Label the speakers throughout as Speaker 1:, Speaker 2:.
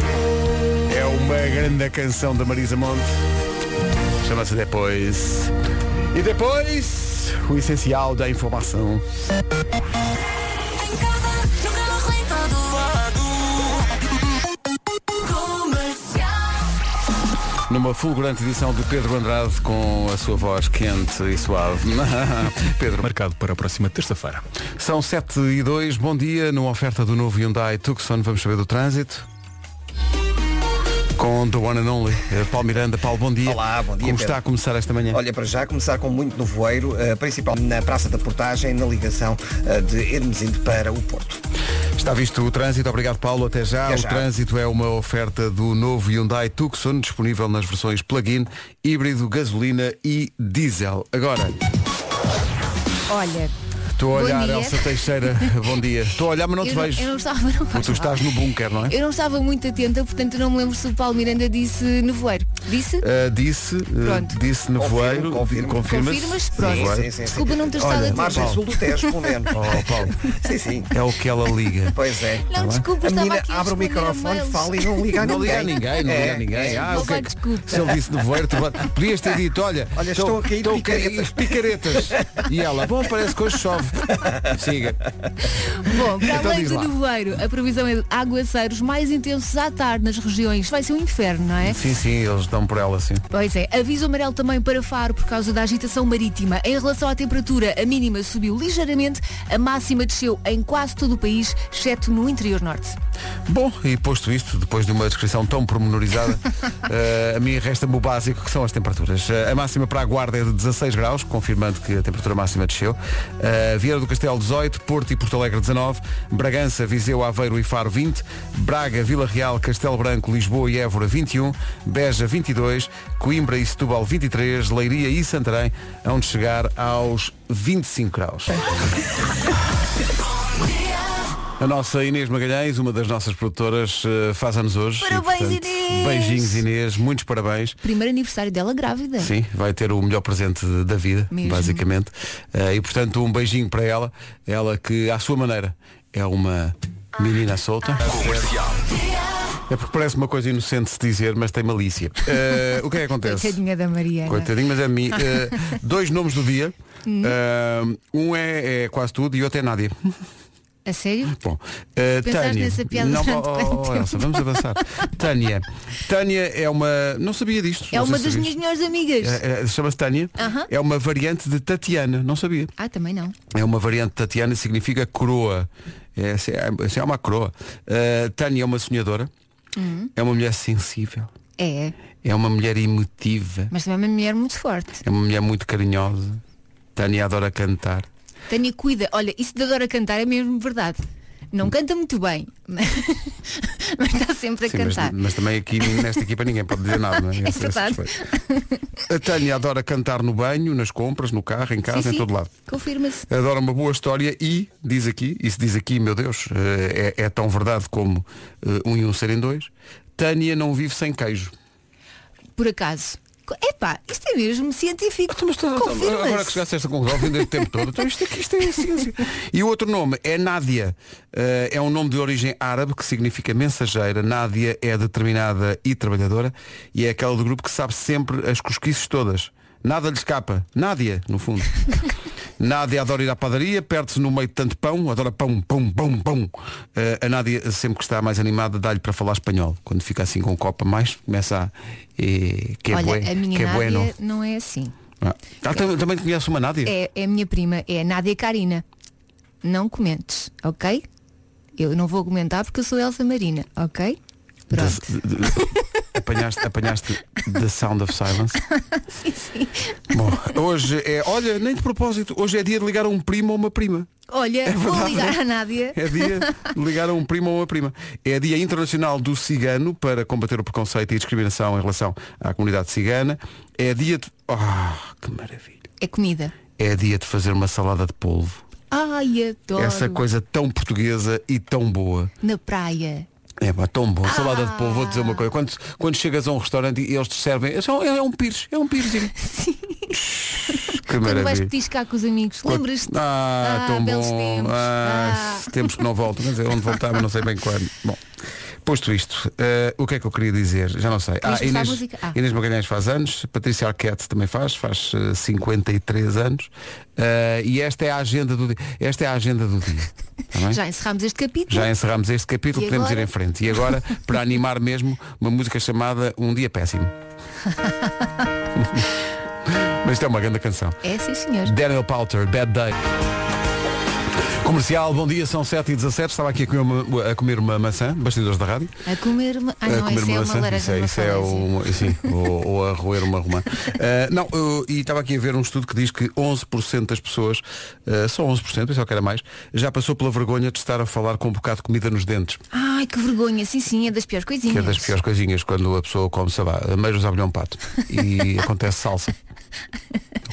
Speaker 1: É Uma grande canção da Marisa Monte. Chama-se Depois. E depois, o essencial da informação.
Speaker 2: Em casa, no carro, em todo lado. Comercial.
Speaker 1: Numa fulgurante edição de Pedro Andrade com a sua voz quente e suave. Pedro,
Speaker 3: Marcado para a próxima terça-feira.
Speaker 1: são 7 e 2. Bom dia. Numa oferta do novo Hyundai Tucson, vamos saber do trânsito. Com The One and Only. Eh, Paulo Miranda, Paulo, bom dia.
Speaker 4: Olá, bom dia,
Speaker 1: Como
Speaker 4: Pedro.
Speaker 1: está a começar esta manhã?
Speaker 4: Olha, para já começar com muito nevoeiro, eh, principal na Praça da Portagem, na ligação eh, de Hermesinde para o Porto.
Speaker 1: Está visto o trânsito, obrigado Paulo, até já.
Speaker 4: Até
Speaker 1: o
Speaker 4: já.
Speaker 1: trânsito é uma oferta do novo Hyundai Tucson, disponível nas versões plug-in, híbrido, gasolina e diesel. Agora,
Speaker 5: Olha,
Speaker 1: estou a
Speaker 5: Bom
Speaker 1: olhar,
Speaker 5: dia.
Speaker 1: Elsa Teixeira, bom dia. Estou a olhar, mas não te
Speaker 5: eu,
Speaker 1: vejo.
Speaker 5: Não, eu não estava, não
Speaker 1: Porque tu
Speaker 5: estava.
Speaker 1: estás no bunker, não é?
Speaker 5: Eu não estava muito atenta, portanto eu não me lembro se o Paulo Miranda disse nevoeiro. Disse?
Speaker 1: Ah, disse, ah,
Speaker 5: Pronto.
Speaker 1: disse nevoeiro,
Speaker 4: Confirmo, confirmo.
Speaker 1: confirma-se.
Speaker 5: Confirmas? Pronto.
Speaker 4: Sim,
Speaker 1: Nevoeiro.
Speaker 4: sim, sim.
Speaker 5: Desculpa não ter
Speaker 1: Olha,
Speaker 5: estado atenta.
Speaker 1: Marcos,
Speaker 4: Margem sul do Tejo, pelo menos.
Speaker 1: Oh, Paulo,
Speaker 4: Sim, sim.
Speaker 1: é o que ela liga.
Speaker 4: Pois é.
Speaker 1: tá
Speaker 5: Não, desculpa,
Speaker 4: A
Speaker 5: estava
Speaker 4: menina
Speaker 5: aqui a
Speaker 4: abre o
Speaker 5: responder a
Speaker 4: microfone,
Speaker 5: mails.
Speaker 4: fala e não liga a
Speaker 1: Não
Speaker 4: ninguém.
Speaker 1: liga a ninguém, não liga a ninguém. Ah,
Speaker 5: Não
Speaker 1: o que é que-
Speaker 5: vai, desculpa.
Speaker 1: Se ele disse nevoeiro, tu vai- podias ter dito, olha,
Speaker 4: Olha, estão a cair picaretas.
Speaker 1: picaretas. E ela, bom, parece que hoje chove. Siga.
Speaker 5: Bom, para
Speaker 1: Então
Speaker 5: além
Speaker 1: diz
Speaker 5: do
Speaker 1: lá.
Speaker 5: nevoeiro, a previsão é de aguaceiros mais intensos à tarde nas regiões. Vai ser um inferno, não é?
Speaker 1: Sim, sim, eles dão por ela, sim.
Speaker 5: Pois é, aviso amarelo também para Faro por causa da agitação marítima. Em relação à temperatura, a mínima subiu ligeiramente, a máxima desceu em quase todo o país, exceto no interior norte.
Speaker 1: Bom, e posto isto, depois de uma descrição tão pormenorizada, eh, a mim resta-me o básico, que são as temperaturas. Eh, a máxima para a Guarda é de 16 graus, confirmando que a temperatura máxima desceu. Eh, Vieira do Castelo, 18. Porto e Porto Alegre, 19. Bragança, Viseu, Aveiro e Faro, 20. Braga, Vila Real, Castelo Branco, Lisboa e Évora, 21. Beja, 22. Coimbra e Setúbal, 23. Leiria e Santarém, onde chegar aos 25 graus. A nossa Inês Magalhães, uma das nossas produtoras, eh, faz anos hoje. e,
Speaker 5: Parabéns, Inês!
Speaker 1: Beijinhos, Inês. Muitos parabéns.
Speaker 5: Primeiro aniversário dela grávida.
Speaker 1: Sim, vai ter o melhor presente de- da vida,
Speaker 5: Mesmo.
Speaker 1: basicamente. Eh, e, portanto, um beijinho para ela. Ela que, à sua maneira, é uma menina solta. É porque parece uma coisa inocente se dizer, mas tem malícia. Eh, o que é que acontece?
Speaker 5: Coitadinha da Mariana.
Speaker 1: Coitadinho, mas é mim. Eh, dois nomes do dia.
Speaker 5: Uhum.
Speaker 1: Eh, um é, é quase tudo e outro é Nádia.
Speaker 5: A sério?
Speaker 1: Bom, eh,
Speaker 5: Pensaste
Speaker 1: Tânia. oh,
Speaker 5: nessa piada durante quanto tempo?
Speaker 1: Elsa, vamos avançar. Tânia. Tânia é uma. Não sabia disto.
Speaker 5: É
Speaker 1: não sei
Speaker 5: uma
Speaker 1: se
Speaker 5: das minhas
Speaker 1: sabias.
Speaker 5: melhores amigas.
Speaker 1: Eh, eh, Chama-se Tânia.
Speaker 5: Aham.
Speaker 1: É uma variante de Tatiana. Não sabia.
Speaker 5: Ah, também não.
Speaker 1: É uma variante de Tatiana e significa coroa. É, se é, se é uma coroa. Eh, Tânia é uma sonhadora.
Speaker 5: Uhum.
Speaker 1: É uma mulher sensível.
Speaker 5: É,
Speaker 1: É uma mulher emotiva.
Speaker 5: mas também é uma mulher muito forte.
Speaker 1: É uma mulher muito carinhosa. Tânia adora cantar.
Speaker 5: Tânia, cuida. Olha, isso de agora cantar é mesmo verdade. Não canta muito bem, mas mas está sempre a
Speaker 1: Sim, mas,
Speaker 5: cantar.
Speaker 1: mas também aqui nesta equipa ninguém pode dizer nada, não é?
Speaker 5: É
Speaker 1: Esse- esse
Speaker 5: verdade.
Speaker 1: respeito. a Tânia adora cantar no banho, nas compras, no carro, em casa,
Speaker 5: Sim,
Speaker 1: em
Speaker 5: sim.
Speaker 1: todo lado.
Speaker 5: Confirma-se.
Speaker 1: Adora uma boa história e, diz aqui, e se diz aqui, meu Deus, eh, é, é tão verdade como eh, um e um serem dois, Tânia não vive sem queijo.
Speaker 5: Por acaso. Co- Epá, isto é mesmo científico.
Speaker 1: Então, Agora que
Speaker 5: Confirma-se.
Speaker 1: chegaste a esta conclusão, vindo este tempo todo, então isto, aqui, isto é ciência. E o outro nome é Nádia. Eh, é um nome de origem árabe que significa mensageira. Nádia é determinada e trabalhadora e é aquela do grupo que sabe sempre as cosquices todas. Nada lhe escapa. Nádia, no fundo. Nádia adora ir à padaria, perde-se no meio de tanto pão, adora pão, pão, pão, pão. Eh, a Nádia, sempre que está mais animada, dá-lhe para falar espanhol. Quando fica assim com um copo a mais, começa a... eh, que é
Speaker 5: Olha,
Speaker 1: bué,
Speaker 5: a minha
Speaker 1: que é
Speaker 5: Nádia
Speaker 1: bueno.
Speaker 5: não é assim.
Speaker 1: Ah, ah, tam- também conhece uma Nádia?
Speaker 5: É, é a minha prima, é a Nádia Karina. Não comentes, ok? Eu não vou comentar porque eu sou Elsa Marina, ok? Pronto.
Speaker 1: De- de- de- apanhaste, apanhaste The Sound of Silence.
Speaker 5: Sim, sim.
Speaker 1: Bom, hoje é, olha, nem de propósito, hoje é dia de ligar a um primo ou uma prima.
Speaker 5: Olha, vou
Speaker 1: É verdade.
Speaker 5: ligar à Nádia.
Speaker 1: É dia de ligar a um primo ou uma prima. É dia internacional do cigano para combater o preconceito e a discriminação em relação à comunidade cigana. É dia de. Ah, que maravilha!
Speaker 5: É comida.
Speaker 1: É dia de fazer uma salada de polvo.
Speaker 5: Ai, adoro.
Speaker 1: Essa coisa tão portuguesa e tão boa.
Speaker 5: Na praia.
Speaker 1: É pá, tão bom. Salada de
Speaker 5: Ah.
Speaker 1: polvo, vou dizer uma coisa. Quando, quando chegas a um restaurante e eles te servem, é, só- é um pires, é um piresinho.
Speaker 5: Sim.
Speaker 1: Que
Speaker 5: Quando vais
Speaker 1: maravilha.
Speaker 5: petiscar com os amigos.
Speaker 1: Quando-
Speaker 5: Lembras-te?
Speaker 1: Ah,
Speaker 5: Ah,
Speaker 1: tão
Speaker 5: belos
Speaker 1: bom.
Speaker 5: tempos.
Speaker 1: Ah,
Speaker 5: Ah.
Speaker 1: é Tempos que não voltam. Quer dizer, onde voltar, mas não sei bem quando. Bom. Posto isto, eh, o que é que eu queria dizer? Já não sei.
Speaker 5: Querias começar a
Speaker 1: Inês,
Speaker 5: música? Ah.
Speaker 1: Inês Magalhães faz anos, Patrícia Arquette também faz, faz eh, 53 anos. Eh, e esta é a agenda do dia. Esta é a agenda do dia. Tá bem?
Speaker 5: Ah. Já encerramos este capítulo.
Speaker 1: Já encerramos este capítulo,
Speaker 5: E
Speaker 1: podemos
Speaker 5: agora?
Speaker 1: ir em frente. E agora, para animar mesmo, uma música chamada Um Dia Péssimo. Mas isto é uma grande canção.
Speaker 5: É, sim, senhor.
Speaker 1: Daniel Powter, Bad Day. Comercial, bom dia, são 7 e 17 Estava aqui a comer uma, a comer uma maçã, bastidores da rádio.
Speaker 5: A comer uma. Ah,
Speaker 1: a
Speaker 5: não,
Speaker 1: comer
Speaker 5: isso é uma
Speaker 1: maçã,
Speaker 5: laranja.
Speaker 1: isso é,
Speaker 5: uma
Speaker 1: isso é
Speaker 5: falésia.
Speaker 1: o- sim, ou, ou a roer uma romã. Ah, não, eu- e estava aqui a ver um estudo que diz que 11% das pessoas, ah, só 11%, pensava que era mais, já passou pela vergonha de estar a falar com um bocado de comida nos dentes.
Speaker 5: Ai, que vergonha. Sim, sim, é das piores coisinhas.
Speaker 1: Que é das piores coisinhas quando a pessoa come, sei lá, ameijos a abelhão um pato e acontece salsa.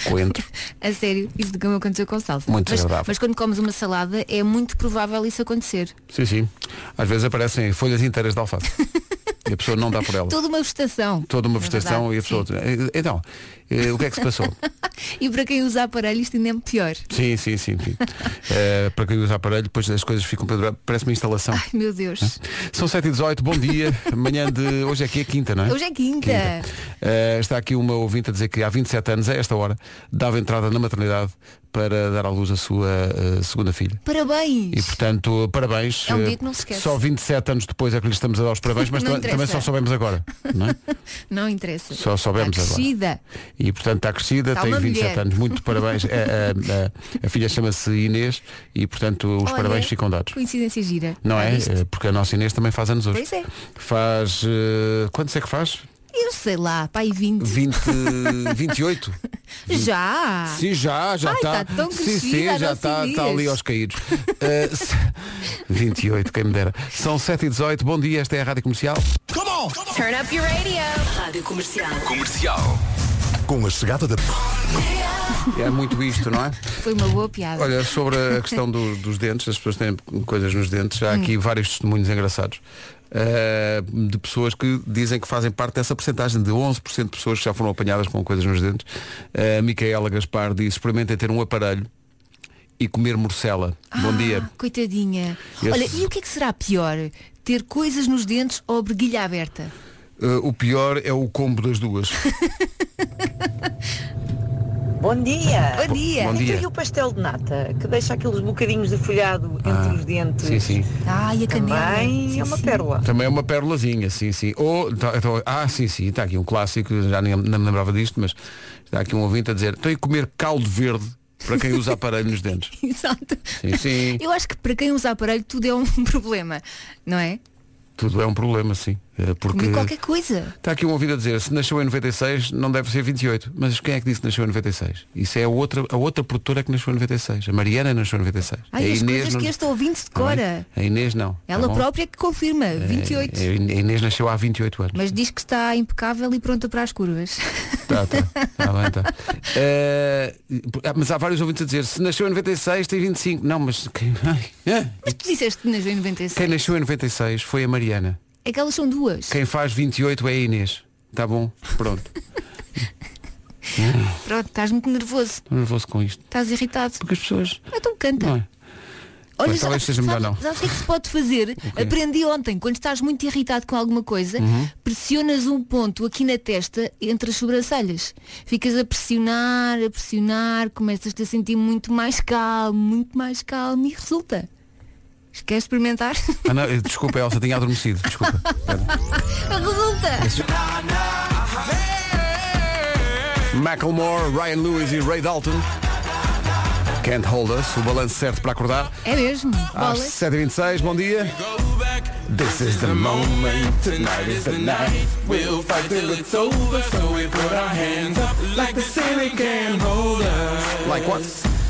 Speaker 1: Coentro.
Speaker 5: A sério, isso nunca me aconteceu com salsa.
Speaker 1: Muito
Speaker 5: mas,
Speaker 1: agradável.
Speaker 5: mas quando comes uma salada é muito provável isso acontecer.
Speaker 1: Sim, sim. Às vezes aparecem folhas inteiras de alface. e a pessoa não dá por ela.
Speaker 5: Toda uma vegetação.
Speaker 1: Toda uma
Speaker 5: Na
Speaker 1: vegetação
Speaker 5: É verdade,
Speaker 1: e a pessoa. "Eh, Então, eh, o que é que se passou?
Speaker 5: sim. E para quem usa aparelho isto ainda é pior.
Speaker 1: sim, sim, sim. sim. Eh, para quem usa aparelho, depois as coisas ficam penduradas. Parece uma instalação.
Speaker 5: Ai meu Deus.
Speaker 1: São 7h18, bom dia. Manhã de. Hoje é que é quinta, não é?
Speaker 5: Hoje é quinta.
Speaker 1: Eh, está aqui uma ouvinte a dizer que há 27 anos, a esta hora, dava entrada na maternidade para dar à luz a sua eh, segunda filha.
Speaker 5: Parabéns.
Speaker 1: E portanto, parabéns.
Speaker 5: É um
Speaker 1: Eh,
Speaker 5: dia que não se esquece.
Speaker 1: Só 27 anos depois é que lhe estamos a dar os parabéns, mas
Speaker 5: Não
Speaker 1: tam- também
Speaker 5: interessa.
Speaker 1: só soubemos agora. Não é?
Speaker 5: Não interessa.
Speaker 1: Só soubemos
Speaker 5: Está crescida.
Speaker 1: E portanto está crescida,
Speaker 5: Está
Speaker 1: tem
Speaker 5: uma
Speaker 1: 27
Speaker 5: mulher.
Speaker 1: anos. Muito parabéns. A, a- a- a filha chama-se Inês e portanto os
Speaker 5: Olha,
Speaker 1: parabéns ficam dados.
Speaker 5: Coincidência gira.
Speaker 1: Não é?
Speaker 5: Isto.
Speaker 1: Eh, Porque a nossa Inês também faz anos hoje.
Speaker 5: Pois é.
Speaker 1: Faz. eh, quantos é que faz?
Speaker 5: Eu sei lá, pai 20.
Speaker 1: 20, 28?
Speaker 5: Já.
Speaker 1: Sim, já, já
Speaker 5: Ah. Ai,
Speaker 1: está.
Speaker 5: tá tão
Speaker 1: sim,
Speaker 5: crescida,
Speaker 1: sim,
Speaker 5: não
Speaker 1: já
Speaker 5: se
Speaker 1: está
Speaker 5: diz.
Speaker 1: está ali aos caídos. Uh, se- 28, quem me dera. São 7 e 18 bom dia, esta é a Rádio Comercial.
Speaker 3: Turn up your radio.
Speaker 6: Rádio Comercial.
Speaker 7: Comercial. Com a chegada da...
Speaker 1: É muito isto, não é?
Speaker 5: Foi uma boa piada.
Speaker 1: Olha, sobre a questão do- dos dentes, as pessoas têm coisas nos dentes, há
Speaker 5: Hum.
Speaker 1: aqui vários testemunhos engraçados. uh, de pessoas que dizem que fazem parte dessa porcentagem de 11% de pessoas que já foram apanhadas com coisas nos dentes. A Micaela Gaspar diz, experimentem ter um aparelho e comer morcela. Bom
Speaker 5: Ah,
Speaker 1: dia.
Speaker 5: Coitadinha.
Speaker 1: Esse-
Speaker 5: Olha, e o que é que será pior? Ter coisas nos dentes ou briguilha aberta?
Speaker 1: Uh, o pior é o combo das duas.
Speaker 8: Bom dia!
Speaker 5: Bom dia.
Speaker 1: Bom dia.
Speaker 8: Então, e o pastel de nata, que deixa aqueles bocadinhos de folhado entre os dentes.
Speaker 1: Sim, sim.
Speaker 5: Ai, a canela.
Speaker 8: Também
Speaker 5: Sim,
Speaker 8: é uma
Speaker 5: sim.
Speaker 8: pérola.
Speaker 1: Também é uma pérolazinha, sim, sim. Ou, tá- então, ah, sim, sim, está aqui um clássico, já nem, nem me lembrava disto, mas está aqui um ouvinte a dizer, tem que comer caldo verde para quem usa aparelho nos dentes.
Speaker 5: Exato.
Speaker 1: Sim, sim.
Speaker 5: Eu acho que para quem usa aparelho tudo é um problema, não é?
Speaker 1: Tudo é um problema, sim. Eh, Porque
Speaker 5: Comer qualquer coisa.
Speaker 1: está aqui um ouvinte a dizer, se nasceu em 96, não deve ser 28. Mas quem é que disse que nasceu em 96? Isso é a outra, a outra produtora que nasceu em 96. A Mariana nasceu em 96.
Speaker 5: Ai,
Speaker 1: a
Speaker 5: as coisas
Speaker 1: É não-
Speaker 5: que este ouvinte
Speaker 1: Tá bem?
Speaker 5: decora.
Speaker 1: A Inês não. tá
Speaker 5: Ela
Speaker 1: bom?
Speaker 5: própria que confirma,
Speaker 1: Eh,
Speaker 5: 28.
Speaker 1: A Inês nasceu há 28 anos.
Speaker 5: Mas diz que está impecável e pronta para as curvas.
Speaker 1: Tá, tá. Tá bem, tá. Eh, mas há vários ouvintes a dizer, se nasceu em 96 tem 25. Não, mas quem, ai, ah,
Speaker 5: Mas tu disseste que nasceu em 96.
Speaker 1: quem nasceu em 96 foi a Mariana.
Speaker 5: É que elas são duas.
Speaker 1: Quem faz 28 é a Inês. Tá bom? Pronto.
Speaker 5: Pronto, estás muito nervoso.
Speaker 1: Estou nervoso com isto.
Speaker 5: Estás irritado.
Speaker 1: Porque as pessoas.
Speaker 5: Então canta.
Speaker 1: Não é?
Speaker 5: Olha,
Speaker 1: Mas talvez seja melhor não.
Speaker 5: sabes o que é que se pode fazer? Aprendi ontem, quando estás muito irritado com alguma coisa,
Speaker 1: Uhum.
Speaker 5: pressionas um ponto aqui na testa entre as sobrancelhas. Ficas a pressionar, a pressionar, começas-te a sentir muito mais calmo, muito mais calmo e resulta. Queres experimentar?
Speaker 1: Ah, não, eh, desculpa, Elsa, tinha adormecido. Desculpa.
Speaker 5: resulta!
Speaker 1: Macklemore, Ryan Lewis e Ray Dalton. Can't hold us, o balanço certo para acordar.
Speaker 5: É mesmo?
Speaker 1: Às
Speaker 5: Bolas.
Speaker 1: 7h26, bom dia. This is the moment, tonight is the night. We'll fight till it's over, so we put our hands up like the ceiling can hold us. Like what?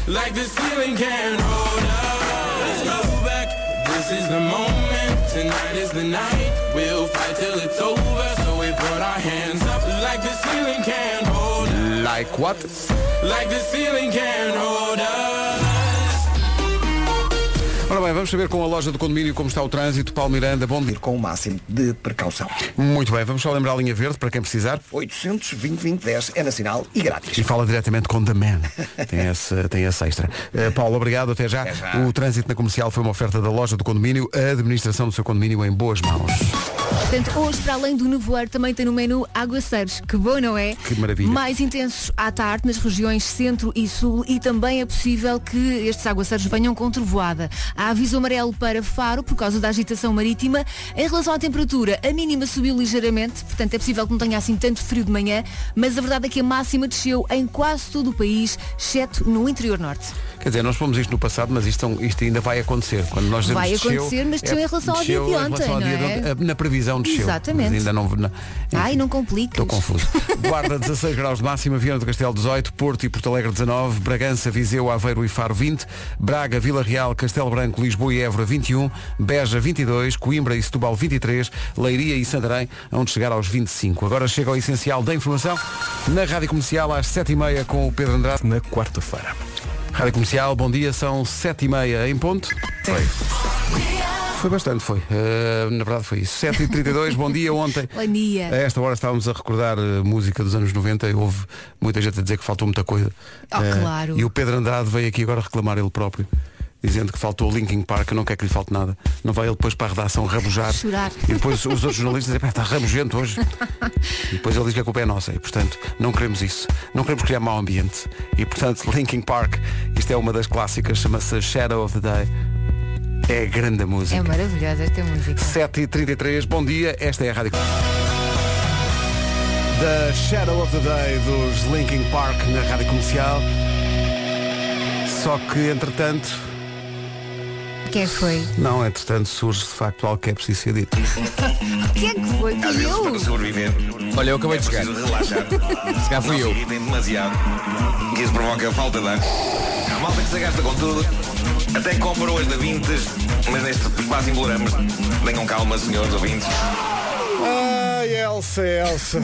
Speaker 9: Like the ceiling can hold up. Let's go back. This is the moment. Tonight is the night. We'll fight till it's over. So we put our hands up. Like the ceiling can hold us.
Speaker 1: Like what?
Speaker 9: Like the ceiling can hold us.
Speaker 1: Ora bem, vamos saber com a loja do condomínio como está o trânsito. Paulo Miranda, bom dia.
Speaker 4: Ir é. com o máximo de precaução.
Speaker 1: Muito bem, vamos só lembrar a linha verde para quem precisar.
Speaker 4: 820-2010 é nacional e grátis.
Speaker 1: E fala diretamente com The Man. Tem essa, tem essa extra. Eh, Paulo, obrigado. Até já. O trânsito na comercial foi uma oferta da loja do condomínio. A administração do seu condomínio em boas mãos.
Speaker 5: Portanto, hoje, para além do nevoeiro, também tem no menu aguaceiros. Que bom, não é?
Speaker 1: Que maravilha.
Speaker 5: Mais intensos à tarde nas regiões centro e sul e também é possível que estes aguaceiros venham com trovoada. Há aviso amarelo para Faro por causa da agitação marítima. Em relação à temperatura, a mínima subiu ligeiramente, portanto é possível que não tenha assim tanto frio de manhã, mas a verdade é que a máxima desceu em quase todo o país, exceto no interior norte.
Speaker 1: Quer dizer, nós fomos isto no passado, mas isto, é um- isto ainda vai acontecer. Quando nós dizemos
Speaker 5: Vai
Speaker 1: desceu,
Speaker 5: acontecer, mas desceu em relação ao dia
Speaker 1: desceu
Speaker 5: de
Speaker 1: em
Speaker 5: ontem,
Speaker 1: relação ao
Speaker 5: não
Speaker 1: dia de
Speaker 5: é?
Speaker 1: ontem. eh, Na previsão desceu.
Speaker 5: Exatamente.
Speaker 1: Mas Ainda não... não-
Speaker 5: Ai,
Speaker 1: enfim.
Speaker 5: não compliques.
Speaker 1: Estou confuso. Guarda 16 graus de máxima, Viana do Castelo 18, Porto e Porto Alegre 19, Bragança, Viseu, Aveiro e Faro 20, Braga, Vila Real, Castelo Branco, Lisboa e Évora 21, Beja 22, Coimbra e Setúbal 23, Leiria e Santarém, onde chegar aos 25. Agora chega ao essencial da informação na Rádio Comercial às 7h30 com o Pedro Andrade.
Speaker 7: Na quarta-feira.
Speaker 1: Rádio Comercial, bom dia, são 7h30 em ponto. Foi. Foi bastante, foi. Eh, na verdade foi isso. 7h32, bom dia ontem.
Speaker 5: Bom dia.
Speaker 1: A esta hora estávamos a recordar eh, música dos anos 90 e houve muita gente a dizer que faltou muita coisa.
Speaker 5: Ah,
Speaker 1: Eh,
Speaker 5: claro.
Speaker 1: E o Pedro Andrade veio aqui agora reclamar ele próprio, dizendo que faltou o Linkin Park, eu não quer que lhe falte nada. Não vai ele depois para a redação rabujar.
Speaker 5: Chorar.
Speaker 1: E depois os outros jornalistas dizem, "Pá, está rabugento hoje. e depois ele diz que a culpa é nossa. E portanto, não queremos isso. Não queremos criar mau ambiente. E portanto, Linkin Park, isto é uma das clássicas, chama-se Shadow of the Day. É grande música.
Speaker 5: É maravilhosa esta música.
Speaker 1: 7h33, bom dia, esta é a Rádio Comercial. The Shadow of the Day dos Linkin Park na Rádio Comercial. Só que, entretanto,
Speaker 5: Quem foi?
Speaker 1: não, entretanto, surge de facto algo que é preciso ser dito.
Speaker 5: Quem é que foi? Fui eu?
Speaker 6: sobreviver,
Speaker 9: Olha, eu acabei de chegar.
Speaker 6: preciso relaxar.
Speaker 9: Se cá fui eu.
Speaker 6: irritem demasiado. Que isso provoca falta de ar. A malta que se gasta com tudo. Até compra hoje da Vintes, mas neste espaço imploramos. Tenham calma, senhores ouvintes.
Speaker 1: Ai, Elsa, Elsa.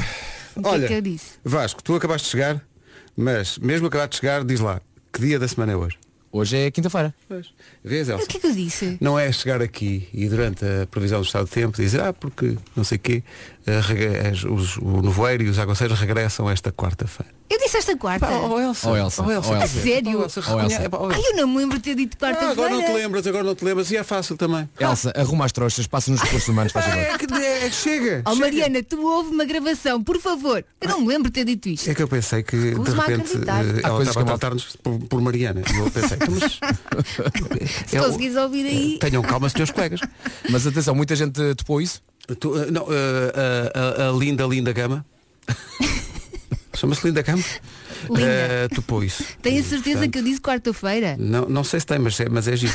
Speaker 1: é
Speaker 5: que que eu disse?
Speaker 1: Vasco, tu acabaste de chegar, mas mesmo acabaste de chegar, diz lá, que dia da semana é hoje?
Speaker 9: Hoje é quinta-feira.
Speaker 1: Vês, Elsa?
Speaker 5: O que é que eu disse?
Speaker 1: Não é chegar aqui e durante a previsão do estado de tempo dizer, ah, porque não sei quê, eh, rega- as- os- o nevoeiro e os aguaceiros regressam esta quarta-feira.
Speaker 5: Eu disse esta quarta.
Speaker 1: Elsa.
Speaker 9: Oh, Elsa.
Speaker 1: Oh, Elsa.
Speaker 9: Oh, Elsa.
Speaker 5: A É sério?
Speaker 1: Oh, Elsa,
Speaker 9: Oh, Elsa.
Speaker 1: reconhece- oh,
Speaker 5: Ai,
Speaker 1: Elsa.
Speaker 5: eu não me lembro de ter dito
Speaker 1: Ah, agora não te
Speaker 5: quarta-feira.
Speaker 1: lembras, agora não te lembras. E é fácil também.
Speaker 9: Elsa, arruma as trouxas, passa nos recursos humanos, faz favor.
Speaker 1: É que é- é- chega.
Speaker 5: Oh
Speaker 1: chega.
Speaker 5: Mariana, tu houve uma gravação, por favor. Eu não me lembro de ter dito isto.
Speaker 1: É que eu pensei que de
Speaker 5: Recuso-me a
Speaker 1: repente
Speaker 5: acreditar.
Speaker 1: eh,
Speaker 9: Há
Speaker 1: ela
Speaker 9: coisas
Speaker 1: estava a
Speaker 9: que eu-
Speaker 1: tratar-nos por, por Mariana. E Eu pensei, então, mas...
Speaker 5: Se
Speaker 1: Eu- eh,
Speaker 5: conseguires ouvir aí.
Speaker 1: Tenham calma, senhores colegas.
Speaker 9: Mas atenção, muita gente eh, topou isso.
Speaker 1: Tu, eh, não, eh, a, a- a linda, linda gama. Chama-se Linda Gama.
Speaker 5: Linda.
Speaker 1: Eh, tu pôs isso.
Speaker 5: Tenho a certeza que eu disse quarta-feira.
Speaker 1: Não, não sei se tem, mas é, mas é giro.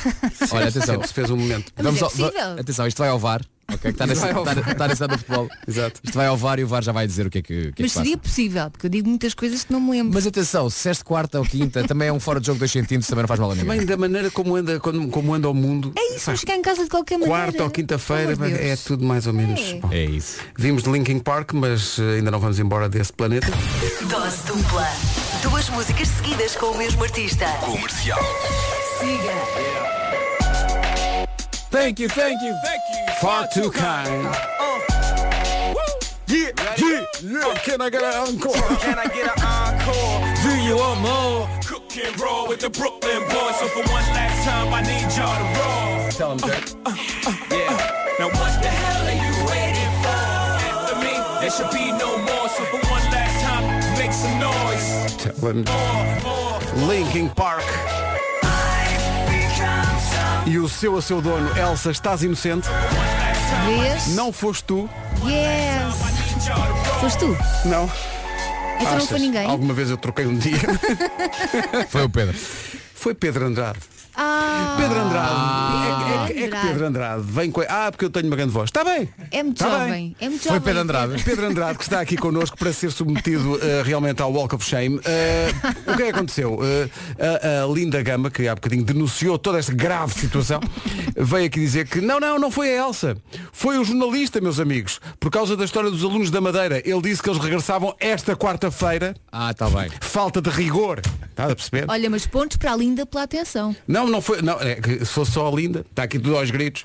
Speaker 9: Olha, atenção.
Speaker 1: Sempre se fez um momento.
Speaker 5: Mas é
Speaker 9: ao- va-
Speaker 5: possível.
Speaker 9: atenção, isto vai ao VAR. ok? que está, na,
Speaker 1: Vai ao
Speaker 9: está, na- está na cidade do futebol.
Speaker 1: Exato.
Speaker 9: Isto vai ao VAR e o VAR já vai dizer o que é que, o que, é que
Speaker 5: Mas
Speaker 9: passa.
Speaker 5: seria possível, porque eu digo muitas coisas que não me lembro.
Speaker 9: Mas atenção, se disseste quarta ou quinta, também é um fora de jogo de 2 centímetros, também não faz mal a ninguém.
Speaker 1: Também da maneira como anda, como, como anda o mundo.
Speaker 5: É isso,
Speaker 1: Pá,
Speaker 5: vou chegar em casa de qualquer maneira.
Speaker 1: Quarta ou quinta-feira
Speaker 5: Pelo amor de
Speaker 1: é
Speaker 5: Deus.
Speaker 1: tudo mais ou menos.
Speaker 5: É.
Speaker 1: Bom,
Speaker 9: É isso.
Speaker 1: vimos de Linkin Park, mas eh, ainda não vamos embora desse planeta.
Speaker 10: Dose dupla. Duas músicas seguidas com o mesmo artista.
Speaker 7: Comercial.
Speaker 10: Siga.
Speaker 9: Thank you, thank you, thank you.
Speaker 1: Far too kind. Yeah, yeah, yeah. Can I get an encore?
Speaker 9: Do you want more?
Speaker 1: Tell him. Linkin Park. E o seu a seu dono, Elsa, estás inocente.
Speaker 5: Vês?
Speaker 1: assim. Não assim. foste tu.
Speaker 5: Yes. Foste tu?
Speaker 1: Não.
Speaker 5: Então não foi ninguém?
Speaker 1: Alguma vez eu troquei um dia.
Speaker 9: Foi o Pedro.
Speaker 1: Foi Pedro Andrade.
Speaker 5: Ah,
Speaker 1: Pedro Andrade. É, que- é que- é que
Speaker 5: Andrade.
Speaker 1: Pedro Andrade vem com. Ah, porque eu tenho uma grande voz. Está bem.
Speaker 5: é muito
Speaker 1: Tá
Speaker 5: jovem. É muito
Speaker 9: Foi
Speaker 5: jovem.
Speaker 9: Pedro Andrade.
Speaker 1: Pedro Andrade, que está aqui connosco para ser submetido eh, realmente ao Walk of Shame. Eh, o que é que aconteceu? Eh, a, a Linda Gama, que há bocadinho denunciou toda esta grave situação, veio aqui dizer que não, não, não foi a Elsa. Foi o jornalista, meus amigos. Por causa da história dos alunos da Madeira. Ele disse que eles regressavam esta quarta-feira.
Speaker 9: Ah, está bem.
Speaker 1: Falta de rigor. Estás a perceber?
Speaker 5: Olha, mas pontos para a Linda pela atenção.
Speaker 1: Não, não foi. Não, é que se fosse só a linda, está aqui tudo aos gritos.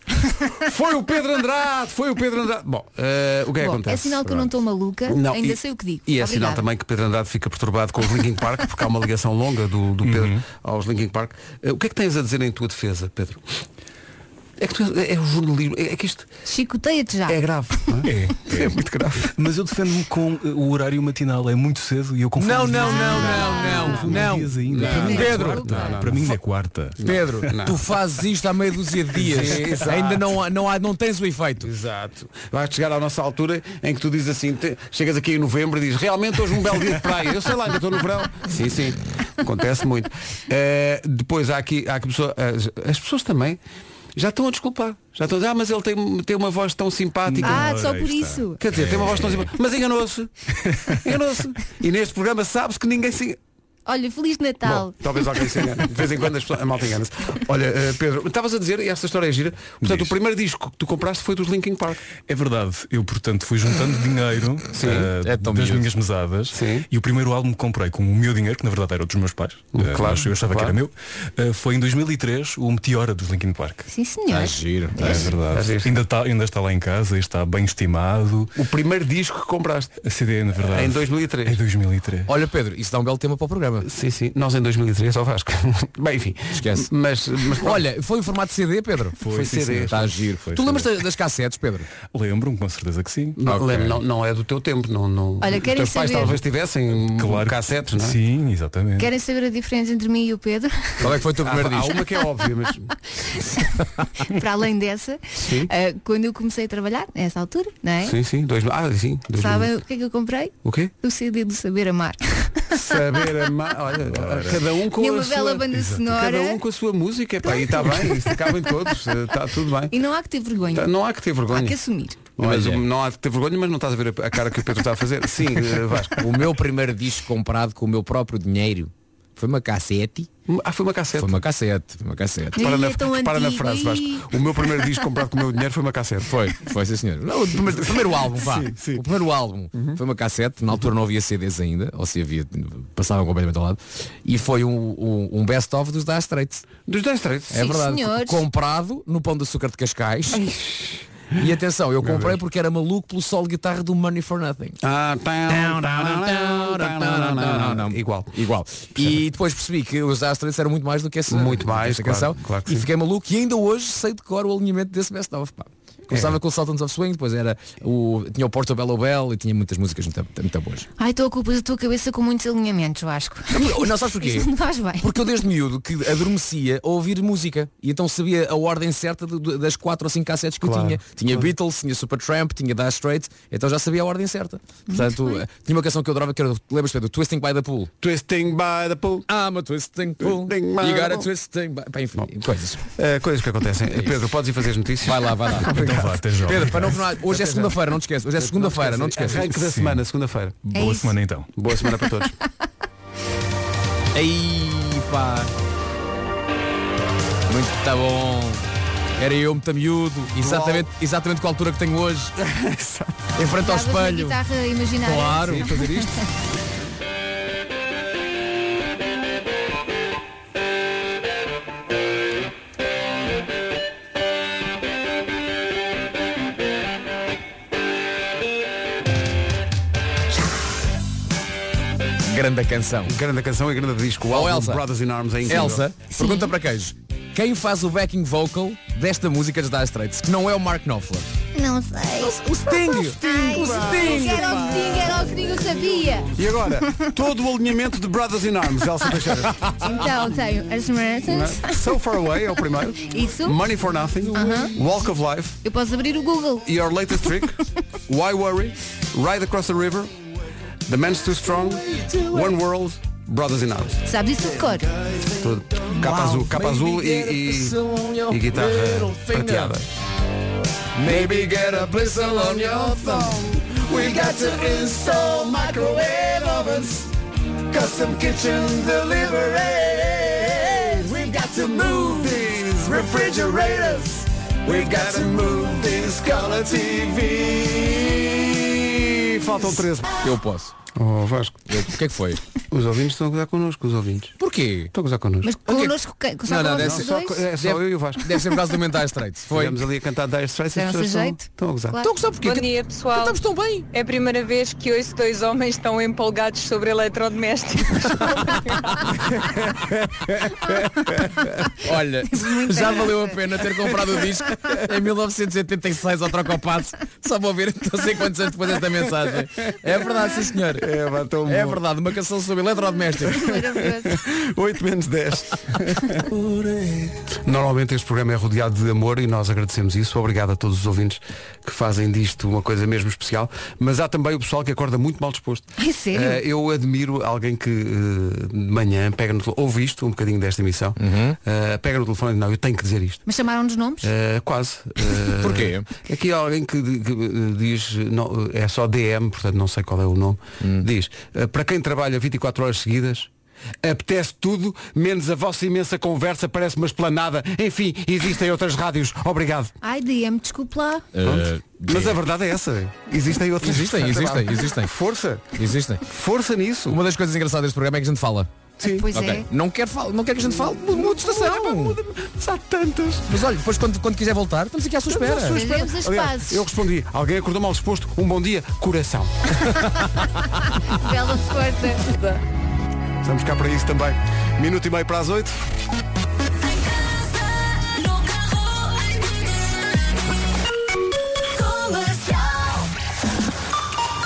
Speaker 1: foi o Pedro Andrade, foi o Pedro Andrade. Bom, eh, o que é que
Speaker 5: Bom,
Speaker 1: acontece?
Speaker 5: é sinal que eu não estou maluca, ainda sei o que digo.
Speaker 1: E é
Speaker 5: Obrigada.
Speaker 1: sinal também que Pedro Andrade fica perturbado com os Linkin Park, porque há uma ligação longa do, do Pedro aos Linkin Park. Eh, o que é que tens a dizer em tua defesa, Pedro? É que tu, é, é o jornalismo, é, é que isto
Speaker 5: Chicoteia-te já.
Speaker 1: é grave. não é? É, muito grave.
Speaker 11: Mas eu defendo-me com eh, o horário matinal, é muito cedo e eu confundo.
Speaker 12: Não,
Speaker 11: os
Speaker 12: não,
Speaker 11: dias.
Speaker 12: não, não, não,
Speaker 11: Confundo os
Speaker 12: não.
Speaker 11: dias ainda.
Speaker 12: Não, não. Pedro.
Speaker 11: Quarta.
Speaker 12: Não, não.
Speaker 11: para mim é quarta.
Speaker 12: Pedro, tu fazes isto há meia dúzia de dias.
Speaker 1: Sim, exato.
Speaker 12: Ainda não, há- não, há, não tens o efeito.
Speaker 1: Exato. Vai chegar à nossa altura em que tu dizes assim, te- chegas aqui em novembro e dizes realmente hoje um belo dia de praia. Eu sei lá, ainda estou no verão. Sim, sim. Acontece muito. Eh, depois há aqui, há aqui pessoa- as, as pessoas também já estão a desculpar. Já estão a dizer, ah, mas ele tem, tem uma voz tão simpática.
Speaker 5: Ah, só por isso.
Speaker 1: Quer dizer, tem uma voz tão simpática. Mas enganou-se. Enganou-se. E neste programa sabe-se que ninguém se.
Speaker 5: Olha, Feliz
Speaker 1: Bom,
Speaker 5: Natal.
Speaker 1: talvez alguém se engane. De vez em quando as pessoas, a malta engana-se. Olha, eh, Pedro, estavas a dizer, e esta história é gira, portanto, o primeiro disco que tu compraste foi dos Linkin Park.
Speaker 11: É verdade, eu portanto fui juntando dinheiro
Speaker 1: Sim,
Speaker 11: eh,
Speaker 1: é tão
Speaker 11: das
Speaker 1: miúdo.
Speaker 11: minhas mesadas e o primeiro álbum que comprei com o meu dinheiro, que na verdade era o dos meus pais, eh,
Speaker 1: Claro,
Speaker 11: mas eu achava
Speaker 1: claro.
Speaker 11: que era meu, eh, foi em 2003 o Meteora dos Linkin Park.
Speaker 5: Sim, senhor.
Speaker 11: É verdade. Ainda, está, ainda está lá em casa, está bem estimado.
Speaker 1: O primeiro disco que compraste?
Speaker 11: A CD, na verdade.
Speaker 1: Em 2003.
Speaker 11: Em 2003.
Speaker 12: Olha Ah. Pedro, isso dá um belo tema para o programa.
Speaker 1: Sim, sim. Nós em 2003 só Vasco. Bem, enfim.
Speaker 12: Esquece.
Speaker 1: Mas, mas pronto.
Speaker 9: Eh,
Speaker 12: Olho, Olha, foi em formato CD, Pedro?
Speaker 1: Foi sim, CD. senhor.
Speaker 12: Está a giro.
Speaker 11: Foi,
Speaker 12: tu
Speaker 11: foi.
Speaker 12: lembras da- das cassetes, Pedro?
Speaker 11: Lembro-me, com certeza que sim.
Speaker 1: Não, lembro, não, não é do teu tempo. Não, não...
Speaker 5: Olha,
Speaker 1: Os
Speaker 5: querem
Speaker 1: teus pais
Speaker 5: saber-
Speaker 1: talvez tivessem
Speaker 11: Claro.
Speaker 1: cassetes, não é?
Speaker 11: Sim, exatamente.
Speaker 5: Querem saber a diferença entre mim e o Pedro?
Speaker 12: Qual é que foi o teu
Speaker 1: Há-
Speaker 12: primeiro
Speaker 1: há,
Speaker 12: disco?
Speaker 1: uma que é óbvia, mas
Speaker 5: Para além dessa, ah, quando eu comecei a trabalhar, nessa altura, não é?
Speaker 1: sim, sim, dois, ah, sim, dois
Speaker 5: Sabem o que é que eu comprei?
Speaker 1: O quê?
Speaker 5: O CD do Saber Amar.
Speaker 1: Saber amar, olha, cada um com
Speaker 5: Tinha
Speaker 1: a
Speaker 5: uma bela
Speaker 1: sua
Speaker 5: banda
Speaker 1: Exato.
Speaker 5: sonora.
Speaker 1: Cada um com a sua música, pá, e está bem, isso acaba em todos, eh, está tudo bem.
Speaker 5: E não há que ter vergonha.
Speaker 1: Tá, Não há que ter vergonha.
Speaker 5: Há que assumir.
Speaker 1: Mas o- não há que ter vergonha, mas não estás a ver a a cara que o Pedro está a fazer. Sim, eh, Vasco.
Speaker 12: O meu primeiro disco comprado com o meu próprio dinheiro foi uma cassete.
Speaker 1: Ah, foi uma cassete.
Speaker 12: Foi uma cassete, foi uma cassete.
Speaker 1: Para
Speaker 5: Ih,
Speaker 1: na,
Speaker 5: é tão
Speaker 1: repara na
Speaker 5: antigo,
Speaker 1: frase,
Speaker 5: ih.
Speaker 1: Vasco. O meu primeiro disco comprado com o meu dinheiro foi uma cassete.
Speaker 12: Foi, foi sim senhor. Não, o primeiro, o primeiro álbum, vá. O primeiro álbum
Speaker 1: Uhum.
Speaker 12: foi uma cassete, na altura não havia CDs ainda, ou se havia, passavam completamente ao lado, e foi um, um- um best-of dos Dire Straits.
Speaker 1: Dos Dire Straits.
Speaker 12: É verdade.
Speaker 5: senhores.
Speaker 12: Comprado no Pão de Açúcar de Cascais. E atenção, eu comprei porque era maluco pelo solo de guitarra do Money for Nothing.
Speaker 1: Ah, tão, Igual.
Speaker 12: Igual. E depois percebi que os Astros eram muito mais do que essa,
Speaker 1: Muito
Speaker 12: do que
Speaker 1: mais,
Speaker 12: essa
Speaker 1: claro,
Speaker 12: canção.
Speaker 1: claro que
Speaker 12: e
Speaker 1: sim.
Speaker 12: fiquei maluco e ainda hoje sei de cor o alinhamento desse best of. Pá. Começava com o Sultans of Swing, depois era o, tinha o Porto Belo Bell e tinha muitas músicas muito, muito boas.
Speaker 5: Ai, estou a culpa da tua cabeça com muitos alinhamentos, Vasco.
Speaker 12: Não sabes porquê?
Speaker 5: Isto não faz bem.
Speaker 12: Porque eu desde miúdo que adormecia a ouvir música e então sabia a ordem certa do- do- das quatro ou cinco cassetes que eu tinha. Tinha Beatles, tinha Supertramp, tinha Dire Straits, então já sabia a ordem certa. Portanto, eh, tinha uma canção que eu adorava que era, lembras Pedro, Twisting by the Pool.
Speaker 1: Twisting by the pool.
Speaker 12: I'm a twisting pool.
Speaker 1: Twisting by
Speaker 12: You
Speaker 1: the
Speaker 12: got a
Speaker 1: pool.
Speaker 12: twisting by... Pá, enfim, coisas.
Speaker 1: Eh, coisas que acontecem. Pedro, podes ir fazer as notícias?
Speaker 12: Vai lá, vai lá.
Speaker 11: Então vá, até já.
Speaker 12: Pedro, para não, hoje é segunda-feira, não te esqueças. Hoje é segunda-feira, não te esqueças.
Speaker 1: Arranque da
Speaker 11: Sim.
Speaker 1: semana, segunda-feira.
Speaker 5: É
Speaker 11: Boa
Speaker 5: isso.
Speaker 11: semana então.
Speaker 1: Boa semana para todos.
Speaker 12: Aí, pá. Muito tá bom. Era eu, muito miúdo. Exatamente, exatamente com a altura que tenho hoje. em frente ao
Speaker 5: Estavas na
Speaker 12: espelho.
Speaker 5: guitarra imaginária.
Speaker 12: Claro.
Speaker 1: fazer isto?
Speaker 12: Grande canção.
Speaker 1: Grande canção e grande disco. O
Speaker 12: Oh,
Speaker 1: álbum
Speaker 12: Elsa.
Speaker 1: Brothers in Arms é incrível.
Speaker 12: Elsa, pergunta para queijo. Quem faz o backing vocal desta música dos Dire Straits? Que não é o Mark Knopfler.
Speaker 3: Não sei.
Speaker 12: O Sting.
Speaker 5: Ai, Era o Sting, era o Sting, eu sabia.
Speaker 1: E agora, todo o alinhamento de Brothers in Arms, Elsa Teixeira.
Speaker 5: Então tenho as Mansons.
Speaker 1: So Far Away é o primeiro.
Speaker 5: Isso.
Speaker 1: Money for Nothing. Walk of Life.
Speaker 5: Eu posso abrir o Google.
Speaker 1: Your Latest Trick, Why Worry, Ride Across the River, The Man's Too Strong, One World, Brothers in Arms.
Speaker 5: Sabes isso de cor?
Speaker 1: Tudo. Capa azul, capa azul e, e- e guitarra prateada.
Speaker 12: Maybe get a blizzard on your phone. We got to install microwave ovens, custom kitchen delivery. We've got to move these refrigerators. We've got to move these color TVs.
Speaker 1: E faltam 13.
Speaker 12: Eu posso.
Speaker 1: Oh, Vasco.
Speaker 12: O que é que foi?
Speaker 1: Os ouvintes estão a gozar connosco, os ouvintes.
Speaker 12: Porquê?
Speaker 1: Estão a gozar connosco.
Speaker 5: Mas connosco, quem? Com- só
Speaker 12: Não, não,
Speaker 5: com
Speaker 12: deve
Speaker 5: nós
Speaker 12: ser-
Speaker 5: dois?
Speaker 12: só co-
Speaker 1: É só
Speaker 12: Deve-
Speaker 1: eu e o Vasco.
Speaker 12: Deve ser por causa do Mental Straits. Foi.
Speaker 1: Estivemos ali a cantar Dire Straits e as
Speaker 12: Fizeram
Speaker 1: pessoas estão,
Speaker 12: sem jeito.
Speaker 1: estão a gozar.
Speaker 12: Então, sabe porquê?
Speaker 13: Bom dia pessoal. Estamos
Speaker 12: tão bem.
Speaker 13: É a primeira vez que ouço dois homens tão empolgados sobre eletrodomésticos.
Speaker 12: Olha,
Speaker 13: Muito
Speaker 12: já
Speaker 13: bem.
Speaker 12: valeu a pena ter comprado o disco em 1986 ao Trocopasso. Só vou ouvir não sei quantos anos depois esta mensagem. É verdade, sim senhor.
Speaker 1: É,
Speaker 12: é verdade, uma canção sobre eletrodomésticos.
Speaker 1: 8 menos 10. Normalmente este programa é rodeado de amor e nós agradecemos isso. Obrigado a todos os ouvintes que fazem disto uma coisa mesmo especial. Mas há também o pessoal que acorda muito mal disposto.
Speaker 5: Ai, É sério?
Speaker 1: Eh, eu admiro alguém que eh, de manhã pega no telefone, ouve isto, um bocadinho desta emissão, eh, pega no telefone e diz, não, eu tenho que dizer isto.
Speaker 5: Mas chamaram-nos nomes?
Speaker 1: Eh, quase. Eh,
Speaker 12: Porquê?
Speaker 1: Aqui há alguém que, di- que, eh, diz, não, é só DM, portanto não sei qual é o nome,
Speaker 12: Hum.
Speaker 1: diz, eh, para quem trabalha 24 horas seguidas, apetece tudo, menos a vossa imensa conversa, parece uma esplanada. Enfim, existem outras rádios. Obrigado.
Speaker 5: Ai, DM, desculpe lá.
Speaker 11: Eh,
Speaker 1: Pronto. Mas a verdade é essa. Existem outras
Speaker 12: Eh, Existem, existem, existem.
Speaker 1: Força.
Speaker 12: Existem.
Speaker 1: Força nisso.
Speaker 12: Uma das coisas engraçadas deste programa é que a gente fala.
Speaker 1: Sim.
Speaker 5: Pois é.
Speaker 12: Não quer, fal- não quer que a gente fale. Muda de estação. epá, muda-
Speaker 1: Mas há tantas.
Speaker 12: Mas olha, depois quando, quando quiser voltar, estamos aqui à sua espera.
Speaker 1: Estamos à sua espera.
Speaker 5: Fazemos as
Speaker 1: Aliás,
Speaker 5: pazes.
Speaker 1: eu respondi, alguém acordou mal disposto, um bom dia, coração.
Speaker 5: Bela sorte.
Speaker 1: Estamos cá para isso também. Minuto e meio para as oito.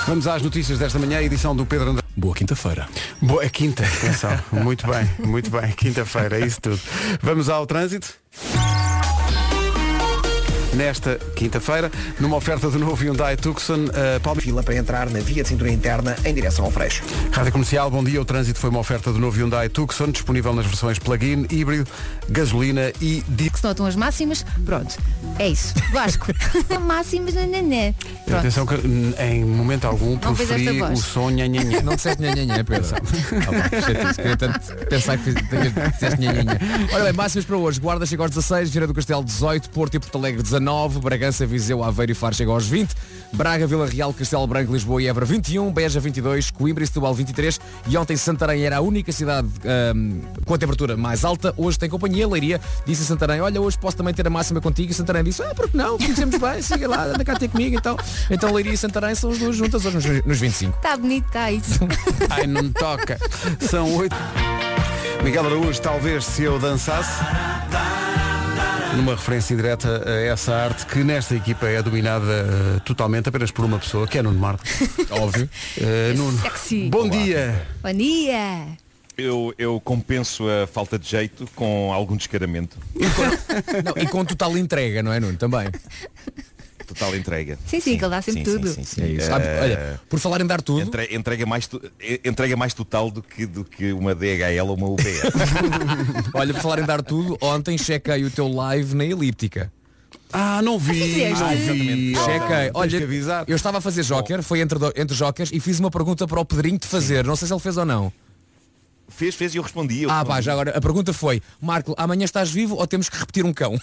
Speaker 1: Vamos às notícias desta manhã, edição do Pedro André.
Speaker 11: Boa quinta-feira.
Speaker 1: Boa, é quinta, atenção. muito bem, muito bem. Quinta-feira, é isso tudo. Vamos ao trânsito. Nesta quinta-feira, numa oferta de novo Hyundai Tucson, uh,
Speaker 4: Fila para entrar na via de cintura interna em direção ao Freixo.
Speaker 1: Rádio Comercial, bom dia. O trânsito foi uma oferta do novo Hyundai Tucson, disponível nas versões plug-in, híbrido, gasolina e di-
Speaker 5: Que se notam as máximas, pronto. É isso. Vasco. máximas, nananã. Pronto.
Speaker 1: Atenção que n- em momento algum
Speaker 5: Não fez
Speaker 1: preferi
Speaker 5: esta
Speaker 1: o
Speaker 5: voz.
Speaker 1: som nhanhanhã.
Speaker 12: Não disseste nhanhanhã, Pedro. Ah, bom, chatice. Queria tanto pensar que fiz- tenhas- disseste nhanhanhã. Olha bem, máximas para hoje. Guarda chega aos 16, Vieira do Castelo 18, Porto e Porto Alegre 19, Bragança, Viseu, Aveiro e Faro chega aos 20, Braga, Vila Real, Castelo Branco, Lisboa e Évora 21, Beja 22, Coimbra e Setúbal 23 e ontem Santarém era a única cidade ahm, com a temperatura mais alta. Hoje tem companhia, Leiria disse a Santarém, olha, hoje posso também ter a máxima contigo e Santarém disse, ah, porque não, conhecemos bem, siga lá, anda cá ter comigo então. Então Leiria e Santarém são as duas juntas hoje nos, nos 25.
Speaker 5: Está Tá bonito, está isso.
Speaker 1: Ai, não me toca. São oito. Miguel Araújo, talvez se eu dançasse. Numa referência direta a essa arte que nesta equipa é dominada eh, totalmente apenas por uma pessoa, que é Nuno Marco.
Speaker 12: Óbvio.
Speaker 1: Eh, Nuno,
Speaker 5: Sexy.
Speaker 1: bom dia.
Speaker 5: Bom dia.
Speaker 14: Eu, eu compenso a falta de jeito com algum descaramento.
Speaker 12: Não, e com total entrega, não é, Nuno? Também.
Speaker 14: Total entrega.
Speaker 5: Sim, sim, que ele dá sempre tudo.
Speaker 12: É isso. Sabe, olha, por falar em dar tudo.
Speaker 14: Entre- entrega, mais tu- eh, entrega mais total do que, do que uma DHL ou uma UBS.
Speaker 12: Olha, por falar em dar tudo, ontem chequei o teu live na elíptica.
Speaker 1: Ah, não vi.
Speaker 12: Ah,
Speaker 1: não vi.
Speaker 12: exatamente. Chequei. Olha, eu estava a fazer Joker, foi entre, do- entre Jokers e fiz uma pergunta para o Pedrinho de fazer. Não sei se ele fez ou não.
Speaker 14: fez, fez e eu respondi. eu
Speaker 12: ah,
Speaker 14: respondi.
Speaker 12: pá, já agora. A pergunta foi, Marco, amanhã estás vivo ou temos que repetir um cão?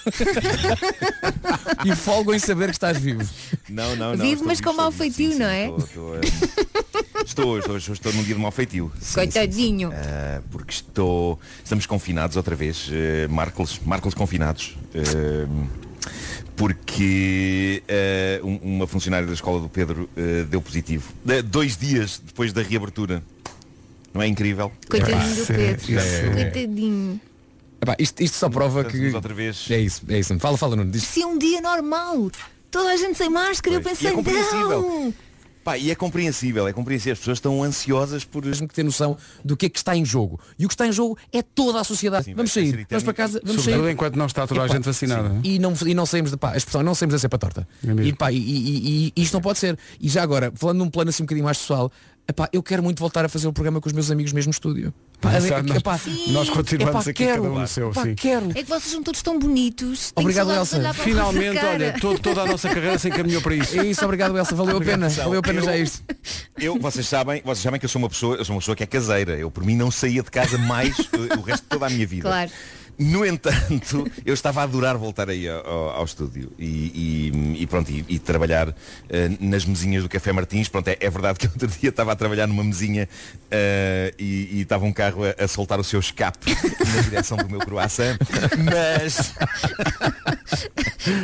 Speaker 12: e folgo em saber que estás vivo.
Speaker 14: Não, não, não.
Speaker 5: Vivo,
Speaker 14: estou
Speaker 5: mas com mau feitio, não é?
Speaker 14: Estou, eh, estou hoje, hoje estou num dia de mau feitio. Sim,
Speaker 5: Coitadinho.
Speaker 14: sim. Ah, porque estou. Estamos confinados outra vez. eh, Marcos, Marcos confinados. eh, porque eh, um- uma funcionária da escola do Pedro eh, deu positivo. De- dois dias depois da reabertura. Não é incrível?
Speaker 5: Coitadinho do Pedro.
Speaker 14: É.
Speaker 5: Coitadinho.
Speaker 12: Epá, isto, isto só prova que. É isso, é isso. Fala, fala, Nuno. Diz-
Speaker 5: Se é um dia normal, toda a gente sem máscara,
Speaker 14: Pois.
Speaker 5: eu
Speaker 14: E é
Speaker 5: pensei,
Speaker 14: compreensível.
Speaker 5: não.
Speaker 14: Pá, e é compreensível, é compreensível. As pessoas estão ansiosas por.
Speaker 12: Mesmo que ter noção do que é que está em jogo. E o que está em jogo é toda a sociedade. vamos sair. Vamos para casa. Vamos
Speaker 1: Sobretudo
Speaker 12: sair.
Speaker 1: enquanto não está toda a
Speaker 12: Epá,
Speaker 1: gente vacinada. né?
Speaker 12: sim. E não, e não saímos de pá, a expressão, não saímos da cepa torta. e, pá, e, e- e isto não pode ser. E já agora, falando num plano assim um bocadinho mais pessoal, epá, eu quero muito voltar a fazer o programa com os meus amigos mesmo estúdio. Pá,
Speaker 1: Exato,
Speaker 12: epá,
Speaker 1: nós-
Speaker 12: epá,
Speaker 1: nós continuamos
Speaker 12: epá,
Speaker 1: aqui, cada um no seu,
Speaker 12: epá,
Speaker 1: sim.
Speaker 12: quero.
Speaker 5: É que vocês são todos tão bonitos. Tenho
Speaker 12: Obrigado,
Speaker 5: saudades de
Speaker 12: Elsa.
Speaker 5: olhar para a vossa
Speaker 1: Finalmente,
Speaker 5: cara.
Speaker 1: olha, to- toda a nossa carreira se encaminhou para isso.
Speaker 12: É isso, obrigado Elsa, valeu a pena. Valeu a pena já isto.
Speaker 14: Eu, vocês sabem, vocês sabem que eu sou uma pessoa, eu sou uma pessoa que é caseira. Eu por mim não saía de casa mais eh, o resto de toda a minha vida.
Speaker 5: Claro.
Speaker 14: No entanto, eu estava a adorar voltar aí ao, ao- ao estúdio e, e- e pronto, e, e trabalhar eh, nas mesinhas do Café Martins. Pronto, é, é verdade que outro dia estava a trabalhar numa mesinha eh, e, e estava um carro a, a soltar o seu escape na direção do meu croissant, mas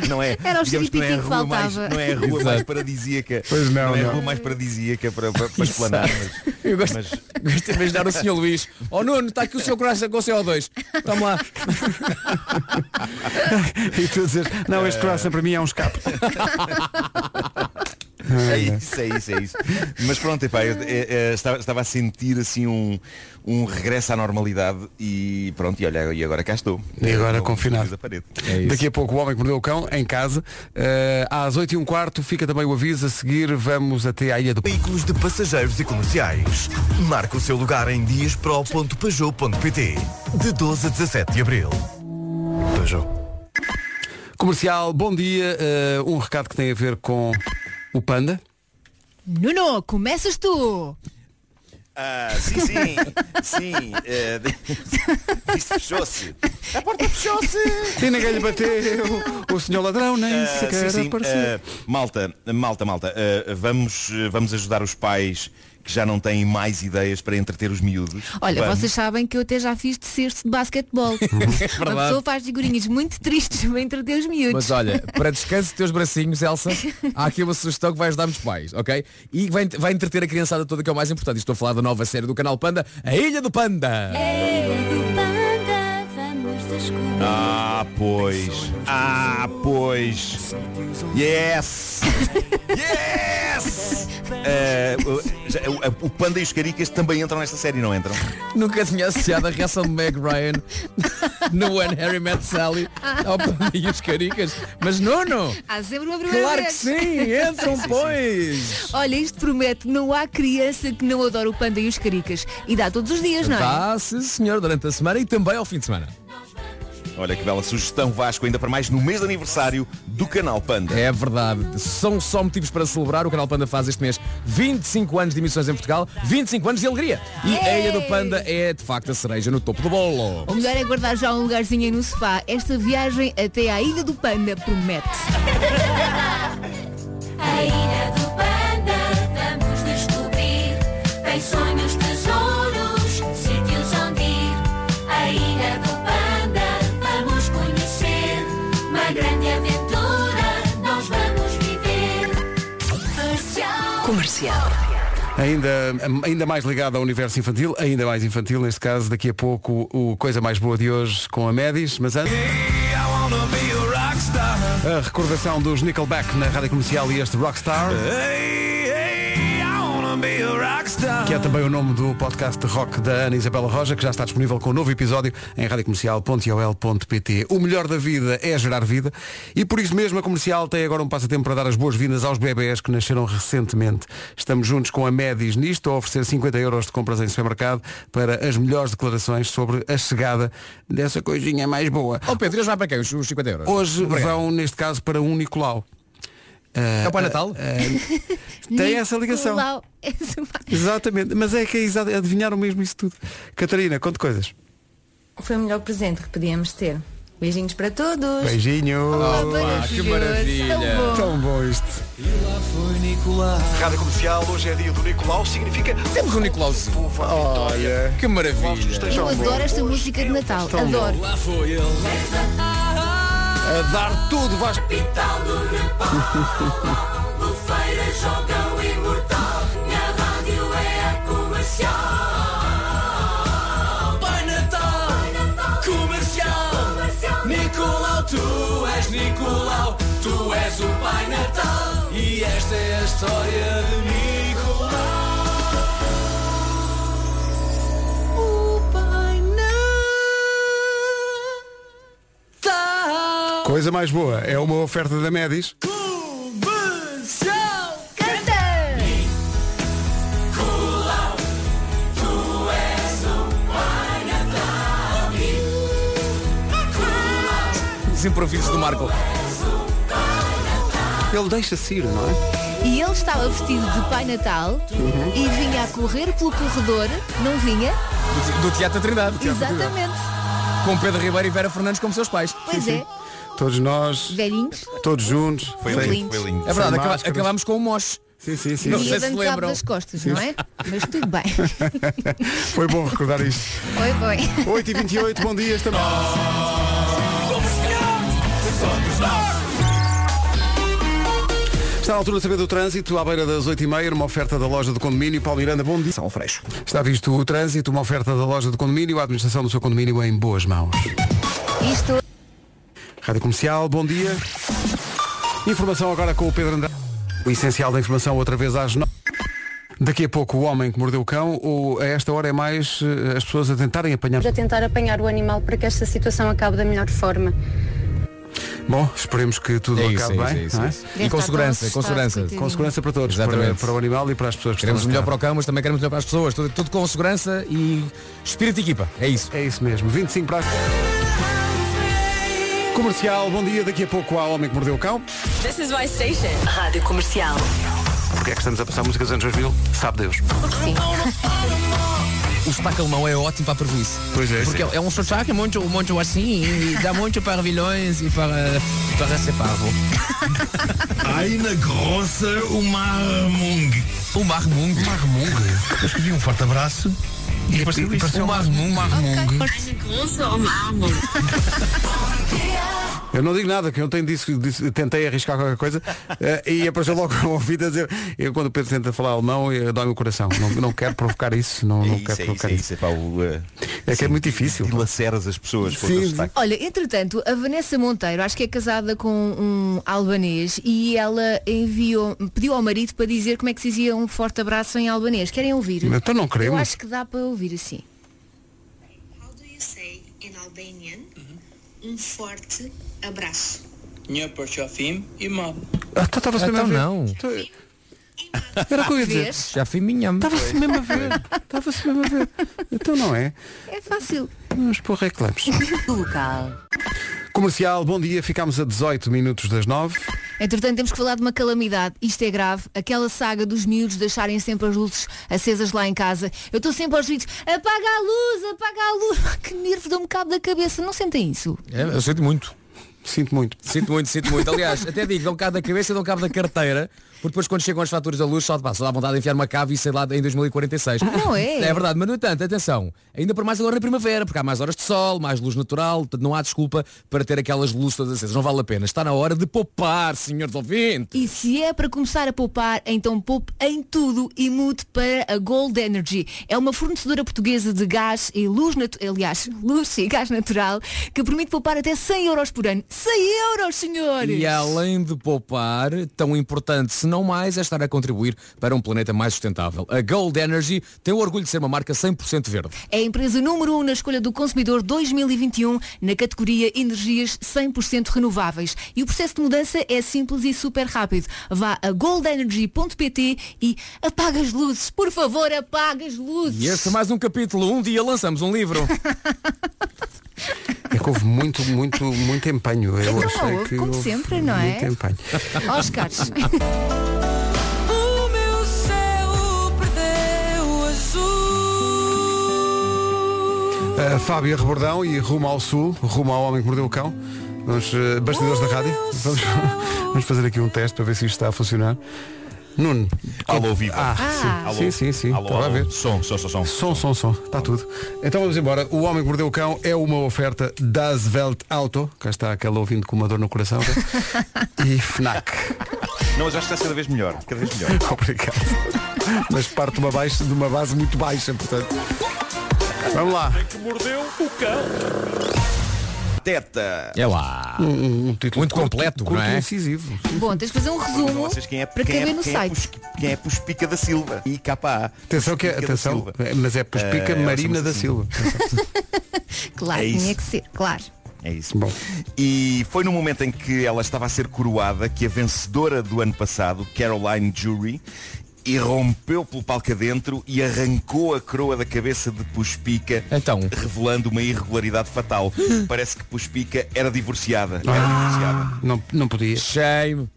Speaker 14: não é,
Speaker 5: Era o
Speaker 14: digamos que não é a
Speaker 5: chiquitiquinho que
Speaker 14: rua mais,
Speaker 5: faltava.
Speaker 14: não é a rua mais
Speaker 12: Exato.
Speaker 14: paradisíaca,
Speaker 12: Pois não,
Speaker 14: é a
Speaker 12: não.
Speaker 14: rua mais paradisíaca para, para, para
Speaker 12: Isso.
Speaker 14: esplanar,
Speaker 12: Eu
Speaker 14: mas,
Speaker 12: gosto,
Speaker 14: mas
Speaker 12: gosto de imaginar o Sr. Luís. Oh Nuno, está aqui o seu coração com o CO2. Toma lá.
Speaker 1: e tu a dizer, não, este croissant para mim é um escape.
Speaker 14: É isso, é isso, é isso. Mas pronto, epá, eu, eh, eh, estava, estava a sentir assim um, um regresso à normalidade e pronto, e olha, e agora cá estou.
Speaker 1: E agora
Speaker 14: Não,
Speaker 1: confinado.
Speaker 14: da parede.
Speaker 1: Daqui a pouco o Homem que Mordeu o Cão, em casa. Eh, às 8 e um quarto fica também o aviso. A seguir vamos até à Ilha do
Speaker 7: Veículos de passageiros e comerciais. Marque o seu lugar em diaspro.pajou.pt de 12 a 17 de abril. Pajou.
Speaker 1: Comercial, bom dia. Eh, um recado que tem a ver com o Panda.
Speaker 5: Nuno, começas tu!
Speaker 14: Ah, sim, sim, sim. eh, de- Isto fechou-se. A
Speaker 1: é
Speaker 14: porta fechou-se.
Speaker 1: E ninguém lhe bateu. O senhor ladrão nem
Speaker 14: Ah,
Speaker 1: sequer
Speaker 14: sim, sim.
Speaker 1: apareceu.
Speaker 14: Ah, malta, malta, malta, ah, vamos, eh, vamos ajudar os pais que já não têm mais ideias para entreter os miúdos.
Speaker 5: Olha,
Speaker 14: Vamos.
Speaker 5: vocês sabem que eu até já fiz de cesto de basquetebol.
Speaker 14: É
Speaker 5: Uma
Speaker 12: verdade.
Speaker 5: pessoa faz figurinhas muito tristes para entreter os miúdos.
Speaker 12: Mas olha, para descanso de teus bracinhos, Elsa, há aqui uma sugestão que vai ajudar muitos pais, ok? E vai, vai entreter a criançada toda, que é o mais importante. Estou a falar da nova série do canal Panda, A Ilha do Panda.
Speaker 14: Ah, pois. Ah, pois. Yes! Yes! Eh, o- já- o- o Panda e os Caricas também entram nesta série, não entram?
Speaker 12: Nunca tinha associado a reação de Meg Ryan no When Harry Met Sally ao Panda e os Caricas. Mas Nuno,
Speaker 5: Há sempre uma primeira
Speaker 12: claro que
Speaker 5: vez.
Speaker 12: sim, entram pois.
Speaker 5: Olha, isto promete, não há criança que não adore o panda e os caricas. E dá todos os dias, não é?
Speaker 12: Dá, sim senhor, durante a semana e também ao fim de semana.
Speaker 14: Olha que bela sugestão, Vasco, ainda para mais no mês de aniversário do canal Panda.
Speaker 12: É verdade. São só motivos para celebrar. O Canal Panda faz este mês 25 anos de emissões em Portugal, 25 anos de alegria. E a Ilha do Panda é, de facto, a cereja no topo do bolo.
Speaker 5: O melhor é guardar já um lugarzinho aí no sofá. Esta viagem até à Ilha do Panda promete.
Speaker 2: A ilha do Panda, vamos descobrir. Tem sonhos, tesouros, sítios onde ir. A ilha do Panda, vamos conhecer. Uma grande aventura, nós vamos viver. Comercial.
Speaker 10: Comercial.
Speaker 1: Ainda, ainda mais ligado ao universo infantil, ainda mais infantil, neste caso, daqui a pouco o Coisa Mais Boa de hoje com a Médis, mas antes. A recordação dos Nickelback na rádio comercial e este Rockstar. Que é também o nome do podcast de rock da Ana Isabela Roja, que já está disponível com um novo episódio em radiocomercial.ol.pt. O melhor da vida é gerar vida e por isso mesmo a comercial tem agora um passatempo para dar as boas-vindas aos bebés que nasceram recentemente. Estamos juntos com a Médis nisto, a oferecer 50 euros de compras em supermercado para as melhores declarações sobre a chegada dessa coisinha mais boa.
Speaker 12: Ó Oh, Pedro, hoje vai para quem? Os os 50 euros?
Speaker 1: Hoje
Speaker 12: Obrigado.
Speaker 1: vão, neste caso, para um Nicolau.
Speaker 12: É o Pai Natal?
Speaker 1: Tem essa ligação.
Speaker 5: Nicolau, és uma-
Speaker 1: Exatamente, mas é que é exa- adivinharam mesmo isso tudo. Catarina, conte coisas.
Speaker 15: Foi o melhor presente que podíamos ter. Beijinhos para todos.
Speaker 1: Beijinho.
Speaker 15: maravilhoso. que maravilha. Tão bom.
Speaker 1: Tão bom isto.
Speaker 7: Rádio Comercial, hoje é dia do Nicolau, significa...
Speaker 12: Temos um Nicolauzinho.
Speaker 7: Olha.
Speaker 12: Que maravilha.
Speaker 5: Eu adoro esta música de Natal.
Speaker 1: Tão bom.
Speaker 5: Adoro.
Speaker 1: A dar tudo, vais.
Speaker 2: Capital do Nepal, do Feira jogam imortal. Minha rádio é a comercial. Pai Natal, comercial.
Speaker 9: Nicolau, tu és Nicolau, tu és o Pai Natal e esta é a história de Nicolau.
Speaker 2: O Pai
Speaker 9: Natal.
Speaker 1: Coisa mais boa, é uma oferta da Médis.
Speaker 2: Comercial. Canta! Nicolau, tu és o Pai Natal. Nicolau.
Speaker 12: Os improvisos do Marco.
Speaker 1: Ele deixa-se ir, não é?
Speaker 5: E ele estava vestido de Pai Natal
Speaker 1: Uhum.
Speaker 5: e vinha a correr pelo corredor, não vinha?
Speaker 12: Do, do Teatro Trindade.
Speaker 5: Exatamente.
Speaker 12: com Pedro Ribeiro e Vera Fernandes como seus pais.
Speaker 5: Pois é,
Speaker 1: Todos nós,
Speaker 5: velhinhos.
Speaker 1: todos juntos.
Speaker 5: Foi
Speaker 1: Sim.
Speaker 5: lindo, foi lindo.
Speaker 12: É verdade,
Speaker 1: Sem
Speaker 12: acaba-
Speaker 1: máscaras.
Speaker 12: acabámos com o Mosh.
Speaker 1: Sim, sim, sim.
Speaker 5: e ia dando cabo das costas, não é? Mas tudo bem.
Speaker 1: Foi bom recordar isto.
Speaker 5: Oi, foi.
Speaker 1: 8h28, bom dia, estamos. Está à altura de saber do trânsito, à beira das 8h30, numa oferta da loja do condomínio. Paulo Miranda, bom dia. São Freixo. Está visto o trânsito, uma oferta da loja do condomínio, a administração do seu condomínio em boas mãos.
Speaker 5: Isto
Speaker 1: Rádio Comercial, bom dia. Informação agora com o Pedro Andrade. O essencial da informação outra vez às 9. Daqui a pouco o homem que mordeu o cão, ou a esta hora é mais eh, as pessoas a tentarem apanhar.
Speaker 16: Vamos a tentar apanhar o animal para que esta situação acabe da melhor forma.
Speaker 1: Bom, esperemos que tudo
Speaker 12: É isso,
Speaker 1: acabe
Speaker 12: é isso,
Speaker 1: bem.
Speaker 12: é isso,
Speaker 1: não
Speaker 12: é isso. E Deve com estar segurança, todo com assustado, segurança. coitadinho.
Speaker 1: Com segurança para todos, para,
Speaker 12: Exatamente.
Speaker 1: para o animal e para as pessoas que
Speaker 12: Queremos
Speaker 1: estão
Speaker 12: melhor para o cão, mas também queremos melhor para as pessoas. Tudo, tudo com segurança e espírito de equipa. É isso.
Speaker 1: É isso mesmo. 25 para Comercial, bom dia. Daqui a pouco há Homem que Mordeu o Cão.
Speaker 10: This is my station. Rádio Comercial.
Speaker 1: Porque é que estamos a passar música dos anos 2000? Sabe Deus.
Speaker 12: O sotaque alemão é ótimo para a prejuízo.
Speaker 1: Pois é,
Speaker 12: Porque
Speaker 1: sim.
Speaker 12: é um sotaque muito, muito assim, e dá muito para vilões e para, para ser parvo.
Speaker 17: Aina grossa uma armungue. Uma armungue? Uma armungue. Eu escrevi um forte abraço e apareceu
Speaker 12: e
Speaker 17: isso.
Speaker 12: pareceu uma armungue.
Speaker 17: Uma armungue.
Speaker 1: Eu não digo nada, que eu tenho disse, disse- tentei arriscar qualquer coisa eh, e apareceu logo ao ouvido a dizer, eu quando o Pedro tenta falar alemão, eh, dói-me o coração. Não, não quero provocar isso, não, não quero
Speaker 14: Isso é isso,
Speaker 1: provocar
Speaker 14: é isso. É, pá, o, eh,
Speaker 1: que é muito difícil.
Speaker 14: Dilaceras as pessoas com o
Speaker 1: Sim,
Speaker 14: teu
Speaker 1: sim.
Speaker 14: sotaque.
Speaker 5: Olha, entretanto, a Vanessa Monteiro acho que é casada com um albanês e ela enviou, pediu ao marido para dizer como é que se dizia um forte abraço em albanês. Querem ouvir?
Speaker 1: Então não
Speaker 5: Eu
Speaker 1: queremos.
Speaker 5: acho que dá para ouvir assim.
Speaker 18: in Albanian, um forte abraço.
Speaker 19: Një për qafim i madh.
Speaker 1: Ah, então estava-se mesmo a
Speaker 12: Então
Speaker 1: ver.
Speaker 12: não.
Speaker 1: Então, Era o que eu ia dizer.
Speaker 12: Já fui minha.
Speaker 1: Estava-se mesmo a ver. Estava-se mesmo a ver. Então não é.
Speaker 5: É fácil.
Speaker 1: Vamos pôr reclames.
Speaker 10: Local.
Speaker 1: Comercial, bom dia. Ficámos a 18 minutos das 9.
Speaker 5: Entretanto, temos que falar de uma calamidade. Isto é grave. Aquela saga dos miúdos deixarem sempre as luzes acesas lá em casa. Eu estou sempre aos gritos. Apaga a luz, apaga a luz. Que nervo, dão-me cabo da cabeça. Não sentem isso?
Speaker 12: É, eu sinto muito.
Speaker 1: Sinto muito.
Speaker 12: Sinto muito, sinto muito. Aliás, até digo, dão cabo da cabeça e dão um cabo da carteira, porque depois quando chegam as faturas da luz, só, pá, só dá vontade de enfiar uma cave e sei lá em 2046.
Speaker 5: Não é?
Speaker 12: É verdade, mas no entanto, atenção, ainda por mais agora na primavera, porque há mais horas de sol, mais luz natural, portanto não há desculpa para ter aquelas luzes todas acesas. Não vale a pena. Está na hora de poupar, senhores ouvintes.
Speaker 5: E se é para começar a poupar, então poupe em tudo e mude para a Gold Energy. É uma fornecedora portuguesa de gás e luz, natu- aliás, luz e gás natural, que permite poupar até 100 euros por ano. 100 euros, senhores!
Speaker 12: E além de poupar, tão importante, se não mais, é estar a contribuir para um planeta mais sustentável. A Gold Energy tem o orgulho de ser uma marca 100% verde.
Speaker 5: É a empresa número 1 um na escolha do consumidor 2021 na categoria Energias 100% Renováveis. E o processo de mudança é simples e super rápido. Vá a goldenergy.pt e apaga as luzes. Por favor, apaga as luzes.
Speaker 12: E este é mais um capítulo. Um dia lançamos um livro.
Speaker 1: É que houve muito, muito, muito empenho. Eu
Speaker 5: Então,
Speaker 1: achei
Speaker 5: houve,
Speaker 1: que
Speaker 5: como
Speaker 1: houve
Speaker 5: sempre, não é?
Speaker 1: muito empenho.
Speaker 5: Oscars.
Speaker 2: O meu céu perdeu o azul.
Speaker 1: A Fábia Rebordão e rumo ao sul, rumo ao homem que mordeu o cão. Vamos, eh, bastidores da rádio, vamos, vamos fazer aqui um teste para ver se isto está a funcionar. Nuno.
Speaker 14: Alô, vivo.
Speaker 1: Ah,
Speaker 14: Alô.
Speaker 1: sim. sim, sim, sim.
Speaker 14: Alô,
Speaker 1: Estava a
Speaker 14: alô.
Speaker 1: ver.
Speaker 14: Som, som, som, som.
Speaker 1: Som, som, som. Está tudo. Então vamos embora. O Homem que Mordeu o Cão é uma oferta das Welt Auto. Cá está aquele ouvindo com uma dor no coração. tá? e FNAC.
Speaker 14: Não, mas acho que está cada vez melhor. Cada vez melhor.
Speaker 1: Obrigado. Mas parte de uma, baixa, de uma base muito baixa, portanto. Vamos lá.
Speaker 2: que mordeu o cão.
Speaker 14: Teta.
Speaker 12: É lá.
Speaker 1: Um, um título
Speaker 12: Muito
Speaker 1: curto,
Speaker 12: completo,
Speaker 1: curto
Speaker 12: não é?
Speaker 1: e incisivo.
Speaker 5: Bom, tens que fazer um resumo
Speaker 14: Vocês quem é,
Speaker 5: para
Speaker 14: quem
Speaker 5: caber
Speaker 14: é,
Speaker 5: no
Speaker 14: quem é
Speaker 5: site.
Speaker 14: Pus- quem é Puspica da Silva? E KA.
Speaker 1: Atenção que é,
Speaker 14: Puspica da
Speaker 1: atenção,
Speaker 14: Silva.
Speaker 1: é, mas é Puspica
Speaker 14: Eh, ela
Speaker 1: Marina
Speaker 14: chama-se
Speaker 1: da
Speaker 14: assim.
Speaker 1: Silva.
Speaker 5: Claro,
Speaker 14: É isso.
Speaker 5: tinha que ser, claro.
Speaker 14: É isso. Bom. E foi no momento em que ela estava a ser coroada que a vencedora do ano passado, Caroline Jury, irrompeu pelo palco adentro e arrancou a coroa da cabeça de Puspica, revelando uma irregularidade fatal. Parece que Puspica era divorciada. Era divorciada.
Speaker 1: Não, não podia.
Speaker 12: Shame.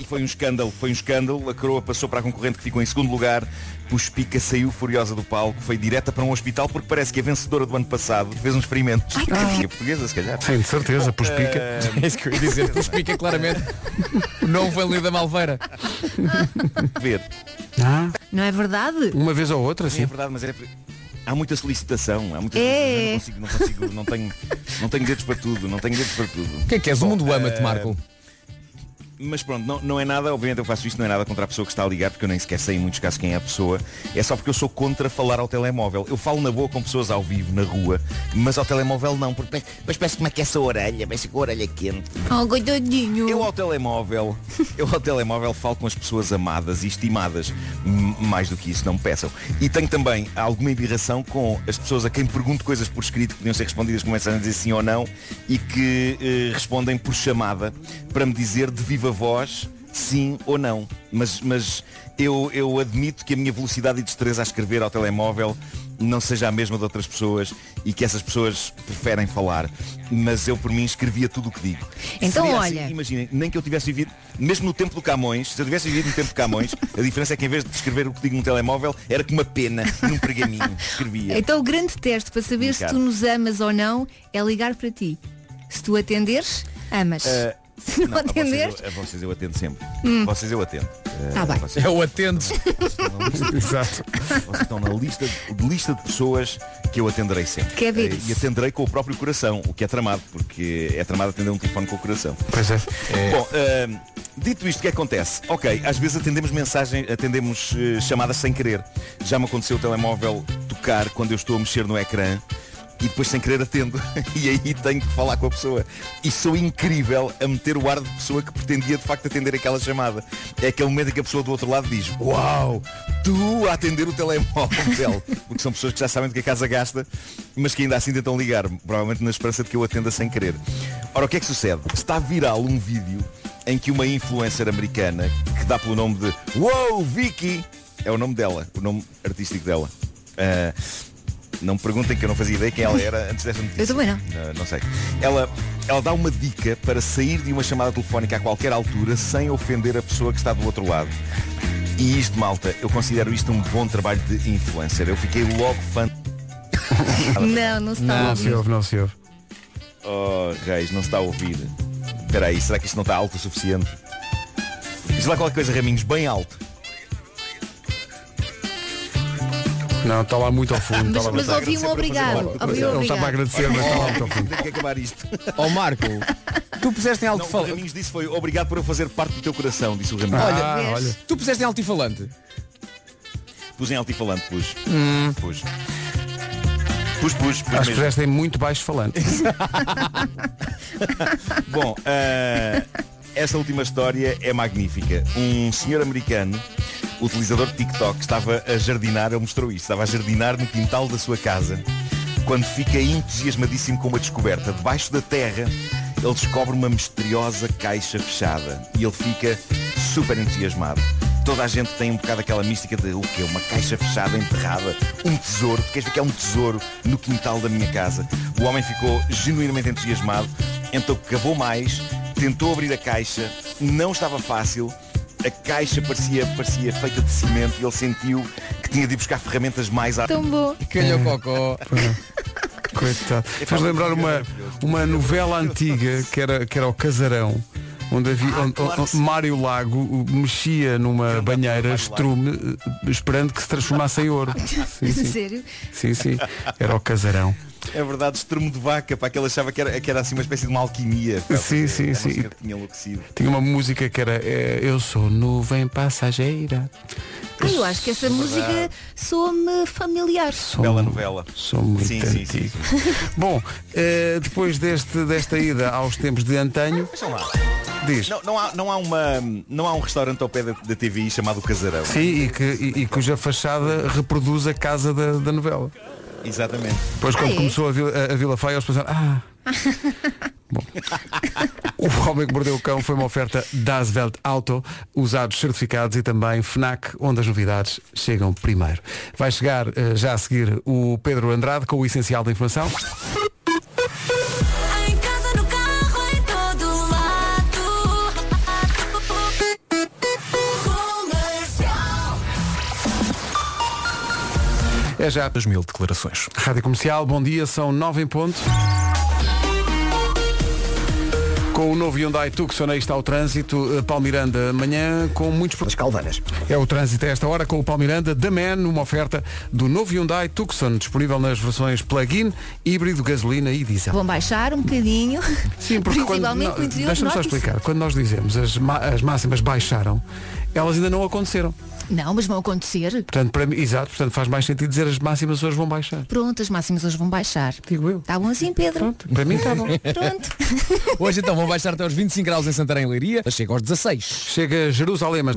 Speaker 14: E foi um escândalo, foi um escândalo. A coroa passou para a concorrente que ficou em segundo lugar. Puspica saiu furiosa do palco, foi direta para um hospital porque parece que a vencedora do ano passado fez uns ferimentos. Porque é portuguesa, se calhar.
Speaker 1: Sim, de certeza, Puspica.
Speaker 14: Eh,
Speaker 12: É isso que eu ia dizer. Explica claramente. Não valida da Malveira.
Speaker 14: Ver.
Speaker 5: Não é verdade?
Speaker 1: ah, Uma vez ou outra,
Speaker 14: sim. É verdade, mas é... Há muita solicitação, há muita
Speaker 5: É.
Speaker 14: solicitação. Não consigo, não consigo, não tenho, não tenho dedos para tudo, não tenho dedos para tudo.
Speaker 12: O que é que és? O
Speaker 14: Bom,
Speaker 12: mundo ama-te,
Speaker 14: eh,
Speaker 12: Marco.
Speaker 14: Mas pronto, não, não é nada, obviamente eu faço isto, não é nada contra a pessoa que está a ligar, porque eu nem sequer sei em muitos casos quem é a pessoa. É só porque eu sou contra falar ao telemóvel. Eu falo na boa com pessoas ao vivo, na rua, mas ao telemóvel não, porque pe- depois parece que me aquece a orelha, parece com a orelha é quente.
Speaker 5: Oh, coitadinho.
Speaker 14: Eu ao telemóvel, eu ao telemóvel falo com as pessoas amadas e estimadas. M- Mais do que isso, não me peçam. E tenho também alguma indignação com as pessoas a quem pergunto coisas por escrito que podiam ser respondidas com mensagem a dizer sim ou não e que eh, respondem por chamada para me dizer de viva voz sim ou não. Mas, mas eu, eu admito que a minha velocidade e destreza a escrever ao telemóvel não seja a mesma de outras pessoas e que essas pessoas preferem falar. Mas eu por mim escrevia tudo o que digo.
Speaker 5: Então,
Speaker 14: Seria
Speaker 5: olha.
Speaker 14: assim, imaginem, nem que eu tivesse vivido, mesmo no tempo do Camões, se eu tivesse vivido no tempo do Camões, a diferença é que em vez de escrever o que digo num telemóvel, era com uma pena, num pergaminho, escrevia.
Speaker 5: Então o grande teste para saber se
Speaker 14: Obrigado.
Speaker 5: tu nos amas ou não é ligar para ti. Se tu atenderes, amas.
Speaker 14: Ah,
Speaker 5: se não,
Speaker 14: a vocês
Speaker 5: atenderes,
Speaker 14: eu- A vocês eu atendo sempre.
Speaker 5: Hum.
Speaker 14: A Vocês eu atendo. Ah,
Speaker 5: Tá bem.
Speaker 14: vocês-
Speaker 12: Eu atendo.
Speaker 1: Exato.
Speaker 14: Vocês estão na lista, de- lista de pessoas que eu atenderei sempre.
Speaker 5: Quer ver
Speaker 14: Eh,
Speaker 5: isso.
Speaker 14: E atenderei com o próprio coração, o que é tramado, porque é tramado atender um telefone com o coração. Eh,
Speaker 1: Pois é.
Speaker 14: Bom, ahm, dito isto, o que acontece? Ok, às vezes atendemos mensagens, atendemos eh, chamadas sem querer. Já me aconteceu o telemóvel tocar quando eu estou a mexer no ecrã e depois sem querer atendo. E aí tenho que falar com a pessoa. E sou incrível a meter o ar de pessoa que pretendia de facto atender aquela chamada. É aquele momento em que a pessoa do outro lado diz Uau, tu a atender o telemóvel. Porque são pessoas que já sabem do que a casa gasta, mas que ainda assim tentam ligar-me. Provavelmente na esperança de que eu atenda sem querer. Ora, o que é que sucede? Está viral um vídeo em que uma influencer americana, que dá pelo nome de Wow Vicky, é o nome dela, o nome artístico dela. Ah, não me perguntem que eu não fazia ideia quem ela era antes desta notícia.
Speaker 5: Eu também não.
Speaker 14: Ah, não sei. Ela, ela dá uma dica para sair de uma chamada telefónica a qualquer altura sem ofender a pessoa que está do outro lado. E isto, malta, eu considero isto um bom trabalho de influencer. Eu fiquei logo fã.
Speaker 5: não, não se está a
Speaker 14: Não,
Speaker 5: ouvir.
Speaker 14: senhor.
Speaker 1: Não se ouve.
Speaker 14: Oh, Reis, não se está a ouvir. Espera aí, será que isto não está alto o suficiente? Diz lá qualquer coisa, Raminhos, bem alto.
Speaker 1: Não, está lá muito ao fundo.
Speaker 14: Mas-
Speaker 1: está lá
Speaker 14: mas
Speaker 1: muito ao
Speaker 14: ouvi um
Speaker 1: fundo.
Speaker 14: obrigado, ouvi um
Speaker 1: Ele estava a
Speaker 14: obrigado.
Speaker 1: agradecer, mas está lá muito ao fundo.
Speaker 14: Tem que acabar isto.
Speaker 12: Ó Oh, Marco, tu puseste em alto
Speaker 14: Não, o Raminhos disse foi obrigado por eu fazer parte do teu coração, disse o Raminhos.
Speaker 12: Olha, tu puseste em altifalante.
Speaker 14: Pus em altifalante, pus.
Speaker 12: Hum.
Speaker 14: Pus. Pus, pus, pus
Speaker 1: Acho que
Speaker 14: mesmo.
Speaker 1: puseste em muito baixo falante.
Speaker 14: Bom, eh, esta última história é magnífica. Um senhor americano, utilizador de TikTok, estava a jardinar, ele mostrou isto, estava a jardinar no quintal da sua casa, quando fica entusiasmadíssimo com uma descoberta. Debaixo da terra, ele descobre uma misteriosa caixa fechada e ele fica super entusiasmado. Toda a gente tem um bocado aquela mística de o quê? Uma caixa fechada, enterrada, um tesouro, tu queres ver que é um tesouro no quintal da minha casa. O homem ficou genuinamente entusiasmado então cavou mais, tentou abrir a caixa, não estava fácil, a caixa parecia, parecia feita de cimento e ele sentiu que tinha de ir buscar ferramentas mais à...
Speaker 5: Tão bom.
Speaker 12: Calhou cocó.
Speaker 1: Coitado. Faz lembrar uma, uma novela antiga que era, que era o Casarão. Onde havia
Speaker 14: Ah,
Speaker 1: onde- onde Mário Lago o- mexia numa banheira estrume eh, esperando que se transformasse em ouro. Sim, sim.
Speaker 5: Sério?
Speaker 1: sim, sim. Era o casarão.
Speaker 14: É verdade, estrumo de vaca, para que ele achava que era, que era assim uma espécie de uma alquimia. pá,
Speaker 1: Sim,
Speaker 14: porque
Speaker 1: sim,
Speaker 14: era
Speaker 1: sim.
Speaker 14: um senhor que Tinha enlouquecido.
Speaker 1: Tinha uma música que era eh, Eu sou nuvem passageira.
Speaker 5: Ai, Ah, eu acho que é
Speaker 14: é
Speaker 5: essa música soa-me familiar.
Speaker 14: Bela novela.
Speaker 1: um Sou muito antigo. Bom, eh, depois deste, desta ida aos tempos de antanho,
Speaker 14: Vejam lá.
Speaker 1: Diz.
Speaker 14: Não, não há, não, há uma, não há um restaurante ao pé da, da TVI chamado Casarão.
Speaker 1: sim, e, que, e, e cuja fachada reproduz a casa da, da novela.
Speaker 14: Exatamente.
Speaker 1: Depois quando
Speaker 14: Ah, é?
Speaker 1: começou a Vila, a, a Vila Faia, eles pensaram, ah. Bom. O Homem que Mordeu o Cão foi uma oferta das Welt Auto, usados certificados e também FNAC, onde as novidades chegam primeiro. Vai chegar eh, já a seguir o Pedro Andrade com o essencial da informação.
Speaker 2: Em casa, no carro, em todo lado.
Speaker 1: É já.
Speaker 11: 2 mil declarações.
Speaker 1: Rádio Comercial, bom dia, são 9 em ponto. Com o novo Hyundai Tucson, aí está o trânsito. Eh, Palmiranda, amanhã com muitos... As calvanas. É o trânsito a esta hora com o Palmiranda The Man, uma oferta do novo Hyundai Tucson, disponível nas versões plug-in, híbrido, gasolina e diesel.
Speaker 5: Vão baixar um bocadinho.
Speaker 1: Sim, porque quando,
Speaker 5: principalmente no interior
Speaker 1: deixa-me só
Speaker 5: norte e sul.
Speaker 1: explicar. Quando nós dizemos as, ma- as máximas baixaram, elas ainda não aconteceram.
Speaker 5: Não, mas vão acontecer.
Speaker 1: Portanto, para mim, exato, portanto faz mais sentido dizer as máximas hoje vão baixar.
Speaker 5: Pronto, as máximas hoje vão baixar.
Speaker 1: Digo eu.
Speaker 5: Está bom assim, Pedro? Pronto,
Speaker 1: para mim está bom.
Speaker 5: Pronto.
Speaker 12: Hoje então vão baixar até aos 25 graus em Santarém e Leiria, mas chega aos 16.
Speaker 1: Chega Jerusalém, mas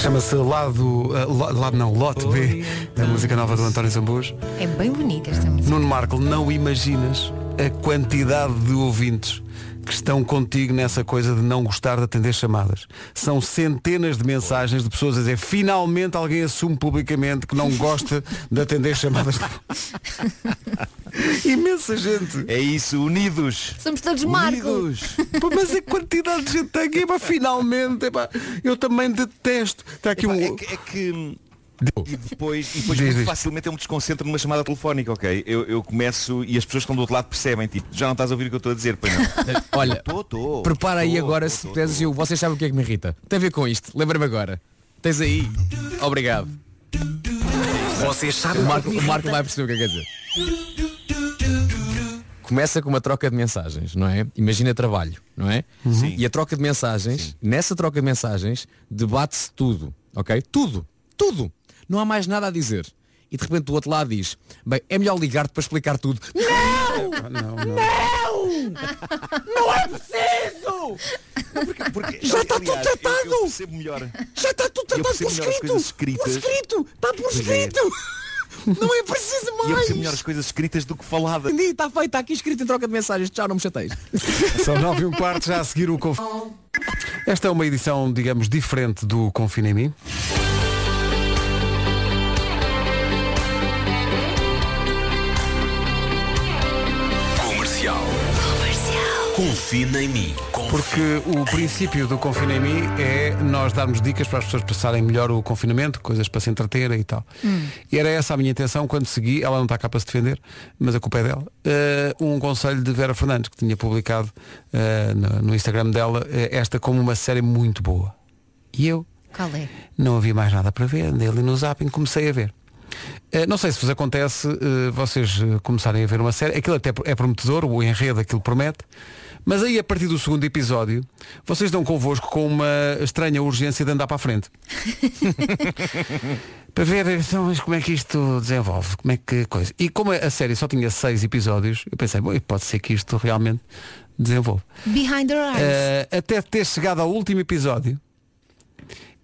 Speaker 1: chama-se Lado, ah, Lo- Lado não, Lote B, a música nova do António Zambujo.
Speaker 5: É bem bonita esta música.
Speaker 1: Nuno Marco, não imaginas a quantidade de ouvintes que estão contigo nessa coisa de não gostar de atender chamadas. São centenas de mensagens de pessoas a dizer finalmente alguém assume publicamente que não gosta de atender chamadas. Imensa gente.
Speaker 14: É isso, unidos.
Speaker 5: Somos todos Marco.
Speaker 1: Pô, mas a quantidade de gente tem aqui, pá, finalmente, epá, eu também detesto. Está aqui um. É
Speaker 14: que, E depois, e depois
Speaker 1: Diz,
Speaker 14: muito
Speaker 1: diz.
Speaker 14: facilmente eu me desconcentro numa chamada telefónica, ok? Eu, eu começo e as pessoas que estão do outro lado percebem, tipo, já não estás a ouvir o que eu estou a dizer, pois não.
Speaker 12: Olha,
Speaker 14: Tô, tô,
Speaker 12: prepara aí
Speaker 14: tô,
Speaker 12: agora
Speaker 14: tô,
Speaker 12: se
Speaker 14: tô,
Speaker 12: puderes eu. Vocês sabem o que é que me irrita. Tem a ver com isto. Lembra-me agora. Tens aí. Obrigado. Vocês sabem o Marco, o Marco vai perceber o que é que quer dizer. Começa com uma troca de mensagens, não é? Imagina trabalho, não é?
Speaker 14: Sim.
Speaker 12: E a troca de mensagens, nessa troca de mensagens, debate-se tudo, ok? Tudo, tudo. Não há mais nada a dizer. E de repente do outro lado diz, bem, é melhor ligar-te para explicar tudo.
Speaker 1: Não! Não,
Speaker 2: não! Não é preciso!
Speaker 14: Já está tudo tratado! Eu, eu percebo melhor.
Speaker 2: Já está tudo
Speaker 1: Tá
Speaker 14: Eu
Speaker 2: tratado por
Speaker 14: percebo melhor as
Speaker 2: escrito!
Speaker 14: coisas escritas.
Speaker 2: Por escrito! Está por
Speaker 14: Pois é.
Speaker 2: escrito! Não é preciso
Speaker 14: E eu
Speaker 2: mais!
Speaker 14: percebo melhor as coisas escritas do que faladas.
Speaker 12: Entendi,
Speaker 1: tá
Speaker 12: está feito, está aqui escrito em troca de mensagens. Tchau, não me chateis.
Speaker 1: São nove e um quarto já a seguir o conf... Esta é uma edição, digamos, diferente do Confina em mim.
Speaker 2: Comercial. Comercial.
Speaker 1: Confina em mim. Porque o princípio do Confina em mim é nós darmos dicas para as pessoas passarem melhor o confinamento, coisas para se entreterem e tal. E era essa a minha intenção quando segui, ela não está cá para se defender, mas a culpa é dela, eh, um conselho de Vera Fernandes, que tinha publicado eh, no, no Instagram dela eh, esta como uma série muito boa. E eu
Speaker 5: Qual é?
Speaker 1: não havia mais nada para ver, andei ali no zapping, comecei a ver. Eh, Não sei se vos acontece eh, vocês eh, começarem a ver uma série, aquilo até é prometedor, o enredo aquilo promete, mas aí a partir do segundo episódio vocês dão convosco com uma estranha urgência de andar para a frente. para ver então, mas como é que isto desenvolve, como é que coisa. E como a série só tinha seis episódios, eu pensei, bom, pode ser que isto realmente desenvolva.
Speaker 5: Behind the eyes.
Speaker 1: Eh, até ter chegado ao último episódio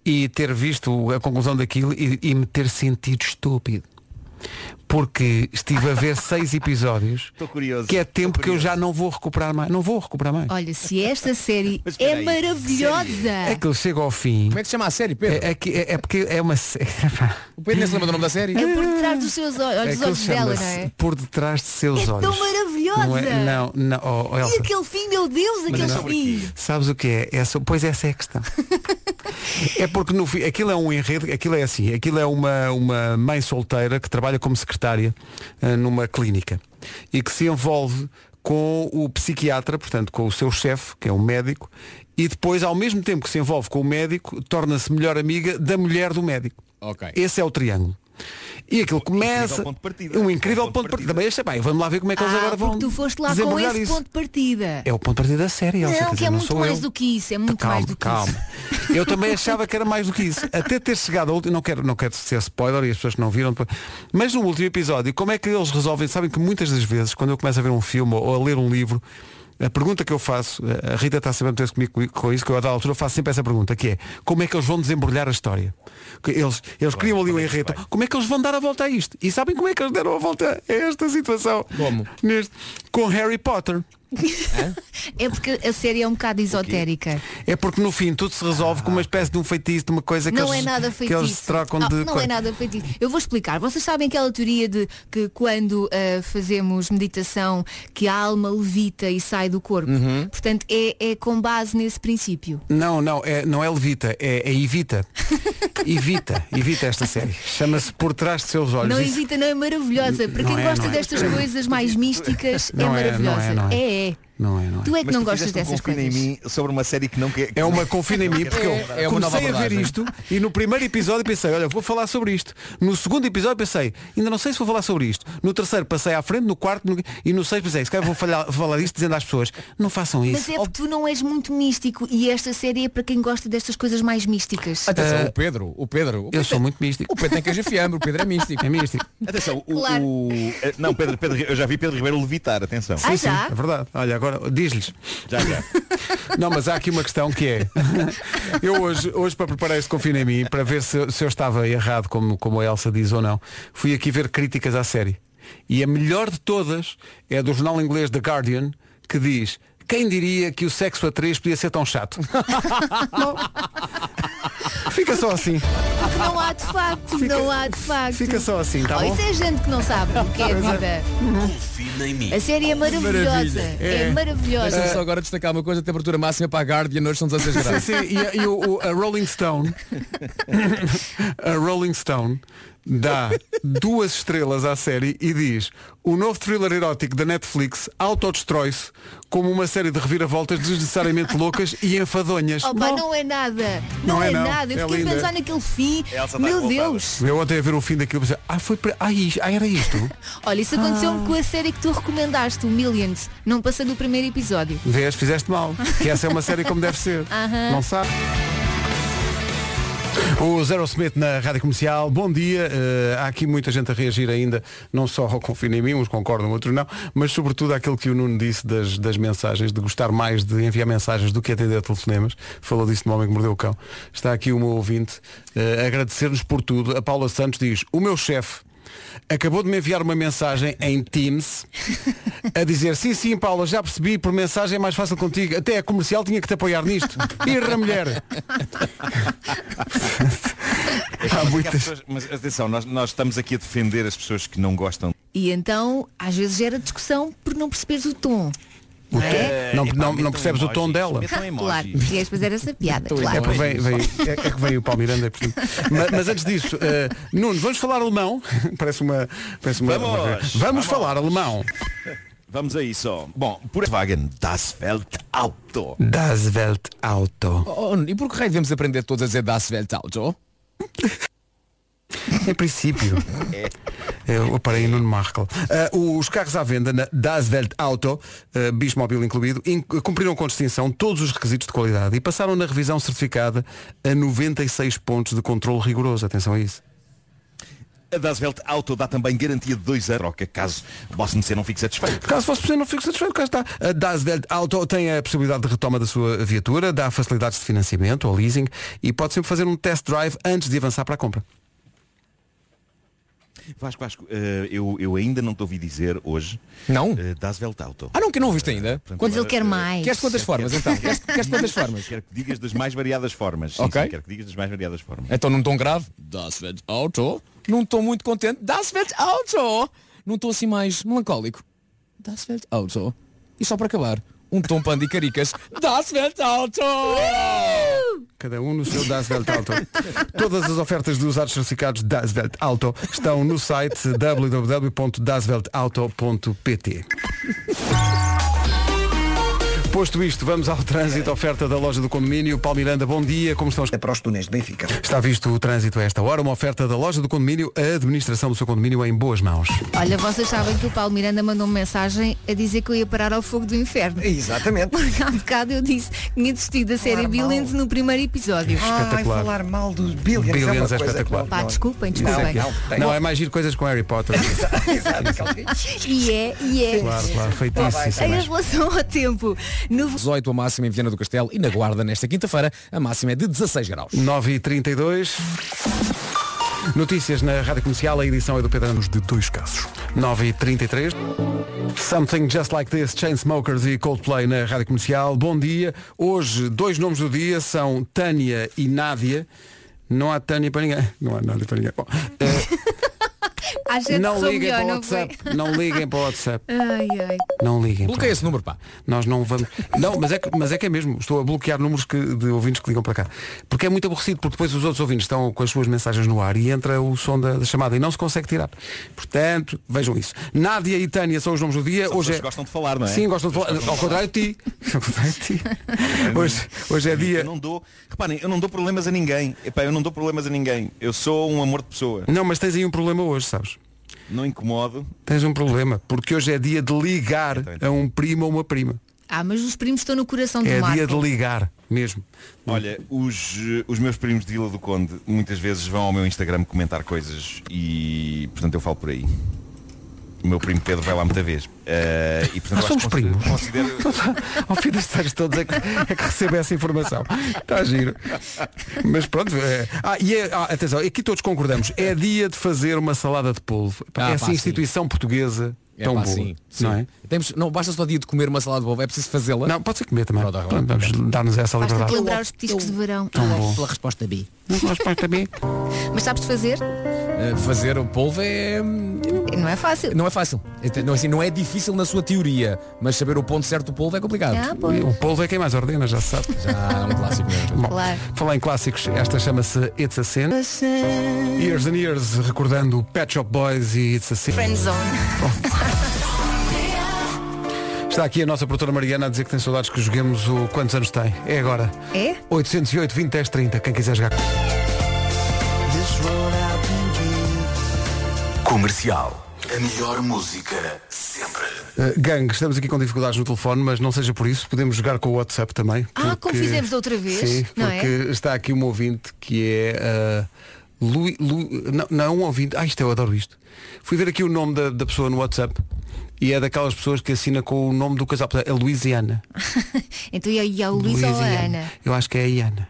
Speaker 1: e ter visto a conclusão daquilo e, e me ter sentido estúpido. Porque estive a ver seis episódios
Speaker 14: Estou curioso.
Speaker 1: que é tempo que eu já não vou recuperar mais. Não vou recuperar mais.
Speaker 5: Olha, se esta série é maravilhosa.
Speaker 1: É que ele chega ao fim. Como
Speaker 12: é que se chama a série, Pedro?
Speaker 1: É, é que- é- é porque é uma série.
Speaker 12: O Pedro nem se lembra do nome da série?
Speaker 5: É por detrás dos seus olhos, dos
Speaker 1: Aquilo
Speaker 5: olhos dela, não
Speaker 1: chama-se
Speaker 5: é?
Speaker 1: Por detrás de seus
Speaker 5: É
Speaker 1: olhos.
Speaker 5: tão maravilhosa.
Speaker 1: Não, é- não, não, oh, oh,
Speaker 5: E
Speaker 1: Elsa.
Speaker 5: aquele fim, meu Deus,
Speaker 1: Mas
Speaker 5: aquele
Speaker 1: não.
Speaker 5: fim.
Speaker 1: Sabes o que é? é só- pois essa é a questão. é porque no fim, aquilo é um enredo, aquilo é assim, aquilo é uma, uma mãe solteira que trabalha como secretária ah, numa clínica e que se envolve com o psiquiatra, portanto com o seu chefe, que é um médico, e depois ao mesmo tempo que se envolve com o médico, torna-se melhor amiga da mulher do médico.
Speaker 12: Ok.
Speaker 1: Esse é o triângulo. E aquilo começa.
Speaker 14: ponto de
Speaker 1: Um incrível ponto de partida. Mas este, bem, vamos lá ver como é que eles
Speaker 5: Ah,
Speaker 1: agora vão.
Speaker 5: porque tu foste lá com
Speaker 1: desembrulhar
Speaker 5: esse
Speaker 1: isso.
Speaker 5: ponto de partida.
Speaker 1: É o ponto de partida da série, Elsa. quer
Speaker 5: não, que
Speaker 1: dizer,
Speaker 5: é
Speaker 1: não
Speaker 5: muito
Speaker 1: sou
Speaker 5: mais
Speaker 1: eu. Então
Speaker 5: do que isso, é muito
Speaker 1: calma,
Speaker 5: mais do que
Speaker 1: calma.
Speaker 5: isso.
Speaker 1: Eu também achava que era mais do que isso. Até ter chegado ao último, não quero, não quero ser spoiler e as pessoas que não viram depois. Mas no último episódio, como é que eles resolvem? Sabem que muitas das vezes, quando eu começo a ver um filme ou a ler um livro, a pergunta que eu faço, a Rita está sempre a meter-se comigo com isso, que eu a dada altura faço sempre essa pergunta, que é como é que eles vão desembrulhar a história? Que Eles, eles criam ali um enredo. Como é que eles vão dar a volta a isto? E sabem como é que eles deram a volta a esta situação? Como? Neste, com Harry Potter.
Speaker 5: É porque a série é um bocado esotérica.
Speaker 1: É porque no fim tudo se resolve
Speaker 14: Ah,
Speaker 1: com uma espécie de um feitiço, de uma coisa que,
Speaker 5: Não
Speaker 1: eles,
Speaker 5: é nada
Speaker 1: que
Speaker 5: feitiço.
Speaker 1: eles trocam
Speaker 5: não,
Speaker 1: de.
Speaker 5: não é nada feitiço. Eu vou explicar. Vocês sabem aquela teoria de que quando ah, fazemos meditação que a alma levita e sai do corpo.
Speaker 1: Uhum.
Speaker 5: Portanto, é, é com base nesse princípio.
Speaker 1: Não, não, é, não é Levita, é, é Evita. Evita, evita esta série. Chama-se Por Trás de Seus Olhos.
Speaker 5: não
Speaker 1: Isso-
Speaker 5: evita, não é maravilhosa. Para
Speaker 1: Não
Speaker 5: quem
Speaker 1: é,
Speaker 5: gosta
Speaker 1: não é.
Speaker 5: destas coisas mais místicas, é
Speaker 1: Não é, não é,
Speaker 5: maravilhosa.
Speaker 1: não é.
Speaker 5: é, é.
Speaker 1: Não é, não
Speaker 5: Tu é que
Speaker 14: Mas
Speaker 5: não
Speaker 14: tu
Speaker 5: gostas
Speaker 14: fizeste um
Speaker 5: dessas
Speaker 14: Confina
Speaker 5: coisas.
Speaker 14: em mim sobre uma série que não quer.
Speaker 1: É uma confina em mim, porque eu
Speaker 14: É, é uma nova
Speaker 1: comecei a ver
Speaker 14: abordagem.
Speaker 1: isto e no primeiro episódio pensei, olha, vou falar sobre isto. No segundo episódio pensei, ainda não sei se vou falar sobre isto. No terceiro passei à frente, no quarto no- e no sexto pensei, se calhar vou falhar- falar disto dizendo às pessoas, não façam isso.
Speaker 5: Mas é porque tu não és muito místico e esta série é para quem gosta destas coisas mais místicas.
Speaker 12: Atenção, o Pedro, o Pedro. eu
Speaker 1: sou muito místico.
Speaker 12: O Pedro tem queijo e fiambre, o Pedro é místico.
Speaker 1: É místico.
Speaker 14: Atenção, o,
Speaker 5: Claro.
Speaker 14: o- eh, Não, Pedro, Pedro, eu já vi Pedro Ribeiro levitar, atenção.
Speaker 5: Ah, Sim, sim, já?
Speaker 1: é verdade. Olha, agora diz-lhes.
Speaker 14: Já, já.
Speaker 1: Não, mas há aqui uma questão que é. Eu hoje, hoje para preparar este confina em mim, para ver se, eu- se eu estava errado, como, como a Elsa diz ou não, fui aqui ver críticas à série. E a melhor de todas é a do jornal inglês The Guardian, que diz. Quem diria que o sexo a três podia ser tão chato? Fica só assim.
Speaker 5: Porque não há de facto, não há de facto.
Speaker 1: Fica só assim, tá
Speaker 5: Oh,
Speaker 1: bom?
Speaker 5: Isso é gente que não sabe o que é a vida.
Speaker 12: Confina em
Speaker 5: A
Speaker 20: Assim,
Speaker 5: série é maravilhosa. É, maravilhosa.
Speaker 12: Deixa-me só agora destacar uma coisa, a temperatura máxima para a Guardian hoje são 16
Speaker 1: Sim,
Speaker 12: graus.
Speaker 1: sim, e, a- e o, o- a Rolling Stone A Rolling Stone dá duas estrelas à série e diz o novo thriller erótico da Netflix autodestrói-se como uma série de reviravoltas desnecessariamente loucas e enfadonhas.
Speaker 5: Oh, pá, não é nada. Não,
Speaker 1: Não é
Speaker 5: é,
Speaker 1: não.
Speaker 5: nada.
Speaker 1: É
Speaker 5: Eu fiquei
Speaker 1: linda.
Speaker 5: a pensar naquele fim.
Speaker 1: Elsa tá
Speaker 5: Meu
Speaker 1: revoltada.
Speaker 5: Deus.
Speaker 1: Eu ontem a ver o fim daquilo pensei, ah, foi para. Ah, is- ah, era isto?
Speaker 5: Olha, isso
Speaker 1: Ah.
Speaker 5: aconteceu-me com a série que tu recomendaste, o Millions. Não passando o primeiro episódio.
Speaker 1: Vês, fizeste mal. Que essa é uma série como deve ser.
Speaker 5: Aham.
Speaker 1: Não sabe? O Zero Smith na Rádio Comercial, bom dia. Eh, há aqui muita gente a reagir ainda, não só ao Confina em mim, uns concordam, outros não, mas sobretudo àquilo que o Nuno disse das, das mensagens, de gostar mais de enviar mensagens do que atender a telefonemas. Falou disso no Homem que Mordeu o Cão. Está aqui o meu ouvinte eh, a agradecer-nos por tudo. A Paula Santos diz, o meu chefe acabou de me enviar uma mensagem em Teams a dizer, sim, sim, Paula, já percebi, por mensagem é mais fácil contigo. Até a comercial tinha que te apoiar nisto. Irra, mulher!
Speaker 14: É que há pessoas- mas atenção, nós, nós estamos aqui a defender as pessoas que não gostam.
Speaker 5: E então, às vezes gera discussão por não perceberes o tom.
Speaker 1: O
Speaker 5: não é?
Speaker 1: tom. Não- não- não percebes o tom dela.
Speaker 5: Claro, querias fazer essa piada,
Speaker 1: É,
Speaker 5: claro.
Speaker 1: porque vem- vem- é- é que veio o Paulo Miranda. é portanto. mas, mas antes disso, eh, Nuno, vamos falar alemão? parece uma. Parece uma
Speaker 14: Vamos!
Speaker 1: uma- vamos,
Speaker 14: Vamos!
Speaker 1: falar alemão.
Speaker 14: Vamos aí só. Bom, por Wagen, das Weltauto.
Speaker 1: Das Welt Auto.
Speaker 12: Oh, e por que raio devemos aprender todos a dizer Das Welt Auto?
Speaker 1: Em princípio. É. Eu parei no Markel. Ah, os carros à venda na Das Welt Auto, ah, Bismóvel incluído, in- cumpriram com distinção todos os requisitos de qualidade e passaram na revisão certificada a 96 pontos de controle rigoroso. Atenção a isso.
Speaker 14: A Das Welt Auto dá também garantia de dois anos, troca, caso o vosso ser não fique satisfeito.
Speaker 1: Caso fosse possível, não fico satisfeito, cá está. A Das Welt Auto tem a possibilidade de retoma da sua viatura, dá facilidades de financiamento ou leasing e pode sempre fazer um test drive antes de avançar para a compra.
Speaker 14: Vasco, Vasco, eh, eu, eu ainda não te ouvi dizer hoje. eh,
Speaker 12: Não?
Speaker 14: das Welt Auto.
Speaker 12: Ah, não, que não ouviste ainda?
Speaker 5: Mas ele quer mais.
Speaker 12: Queres quantas formas então? Queres, queres quantas formas?
Speaker 14: Quero que digas das mais variadas formas. Sim,
Speaker 12: Ok.
Speaker 14: sim, quero que digas das mais variadas formas.
Speaker 12: Então num tom grave, Das Welt Auto. Num tom muito contente, Das Welt Auto. Num tom assim mais melancólico, Das Welt Auto. E só para acabar, um tom panda e caricas, Das Welt Auto.
Speaker 1: Cada um no seu Das Welt Auto. Todas as ofertas de usados certificados Das Welt Auto estão no site www.dasweltauto.pt Posto isto, vamos ao trânsito, oferta da loja do condomínio. Paulo Miranda, bom dia, como estão os...
Speaker 4: É Para os túneis de Benfica.
Speaker 1: Está visto o trânsito a esta hora, uma oferta da loja do condomínio, a administração do seu condomínio é em boas mãos.
Speaker 5: Olha, vocês sabem que o Paulo Miranda mandou uma mensagem a dizer que eu ia parar ao fogo do inferno.
Speaker 4: Exatamente.
Speaker 5: Porque há bocado eu disse que tinha desistido da série
Speaker 4: Normal.
Speaker 5: Billions no primeiro episódio.
Speaker 1: Ah,
Speaker 5: Ah,
Speaker 4: Ai, falar mal dos Billions. é uma
Speaker 1: Billions é
Speaker 4: coisa
Speaker 1: espetacular.
Speaker 4: que
Speaker 5: Pá, desculpem,
Speaker 1: Isso é
Speaker 5: desculpem.
Speaker 1: que é. Não, é mais giro coisas com Harry Potter.
Speaker 5: E é, e é.
Speaker 12: Claro, claro, feitiço,
Speaker 5: Em
Speaker 12: mas-
Speaker 5: relação ao tempo, no
Speaker 12: 18 a máxima em Viana do Castelo e na Guarda nesta quinta-feira a máxima é de 16 graus.
Speaker 1: 9 e 32 Notícias na Rádio Comercial, a edição é do Pedro Nos de dois casos. 9h33. Something Just Like This, Chainsmokers e Coldplay na Rádio Comercial. Bom dia. Hoje, dois nomes do dia são Tânia e Nádia. Não há Tânia para ninguém. Não há Nádia para ninguém. Bom, eh,
Speaker 2: Às vezes
Speaker 1: não
Speaker 2: sou
Speaker 1: liguem
Speaker 2: melhor,
Speaker 1: para o
Speaker 2: não foi?
Speaker 1: WhatsApp. Não liguem para o WhatsApp.
Speaker 2: Ai, ai.
Speaker 1: Não liguem.
Speaker 12: Bloqueia esse número, pá.
Speaker 1: Nós não vamos. Não, mas é, que, mas é que é mesmo. Estou a bloquear números que, de ouvintes que ligam para cá. Porque é muito aborrecido, porque depois os outros ouvintes estão com as suas mensagens no ar e entra o som da, da chamada e não se consegue tirar. Portanto, vejam isso. Nádia e Tânia são os nomes do dia.
Speaker 14: São
Speaker 1: Hoje
Speaker 14: pessoas
Speaker 1: é...
Speaker 14: que gostam de falar, não é?
Speaker 1: Sim, gostam de falar.
Speaker 14: Pessoas que
Speaker 1: Ao
Speaker 14: gostam
Speaker 1: contrário
Speaker 14: de
Speaker 1: de ti. Ao contrário de ti. Hoje, hoje é dia.
Speaker 14: Eu não dou, reparem, eu não dou problemas a ninguém. Epá, eu não dou problemas a ninguém. Eu sou um amor de pessoa.
Speaker 1: Não, mas tens aí um problema hoje, sabes?
Speaker 14: Não incomodo.
Speaker 1: Tens um problema, porque hoje é dia de ligar a um primo ou uma prima.
Speaker 5: Ah, mas os primos estão no coração do
Speaker 1: É
Speaker 5: Marco.
Speaker 1: dia de ligar mesmo.
Speaker 14: Olha, os, eh, os meus primos de Vila do Conde muitas vezes vão ao meu Instagram comentar coisas e portanto eu falo por aí. O meu primo Pedro vai lá muita vez. Eh, e, portanto, eu
Speaker 1: Nós
Speaker 14: acho
Speaker 1: somos
Speaker 14: que
Speaker 1: primos.
Speaker 14: Considero,
Speaker 1: Ao fim destes anos todos é que, é que recebo essa informação. Está giro. Mas pronto. é- Ah, e é- ah, atenção, aqui todos concordamos. É dia de fazer uma salada de polvo. Então,
Speaker 12: Ah,
Speaker 1: Essa
Speaker 12: pá,
Speaker 1: instituição portuguesa
Speaker 12: É
Speaker 1: tão
Speaker 12: pá,
Speaker 1: boa.
Speaker 12: sim,
Speaker 1: Não
Speaker 12: sim.
Speaker 1: é?
Speaker 12: Temos, não basta só dia de comer uma salada de bobo, é preciso fazê-la. Não,
Speaker 1: pode ser comer também. Pronto, vamos dar-nos essa
Speaker 5: Basta
Speaker 1: liberdade.
Speaker 5: te lembrar os petiscos de verão.
Speaker 1: Tão bom.
Speaker 12: Pela é resposta B.
Speaker 5: Mas sabes fazer?
Speaker 12: Eh, fazer o polvo é. Não
Speaker 5: é fácil.
Speaker 12: Não é fácil. Então, Não, assim, não é difícil na sua teoria, mas saber o ponto certo do polvo é complicado.
Speaker 5: Ah, pois.
Speaker 1: O polvo é quem mais ordena, já se sabe.
Speaker 12: Já é um clássico.
Speaker 1: Bom, Falar em clássicos, esta chama-se It's a Sin. Years and Years, recordando o Pet Shop Boys e It's a Sin. Está aqui a nossa produtora Mariana a dizer que tem saudades que joguemos o quantos anos tem. É agora.
Speaker 5: É?
Speaker 1: 808 20 10 30, quem quiser jogar.
Speaker 7: Comercial. A melhor música sempre.
Speaker 1: Uh, gang, estamos aqui com dificuldades no telefone, mas não seja por isso, podemos jogar com o WhatsApp também.
Speaker 5: Ah, como fizemos da outra vez,
Speaker 1: Sim,
Speaker 5: não é?
Speaker 1: porque está aqui um ouvinte que é. uh, Lu- Lu- não, não, um ouvinte. Ah, isto eu adoro isto. Fui ver aqui o nome da, da pessoa no WhatsApp e é daquelas pessoas que assina com o nome do casal. Portanto, É Luisiana.
Speaker 5: Então e aí, a Luísa ou a Ana?
Speaker 1: Eu acho que é a Iana.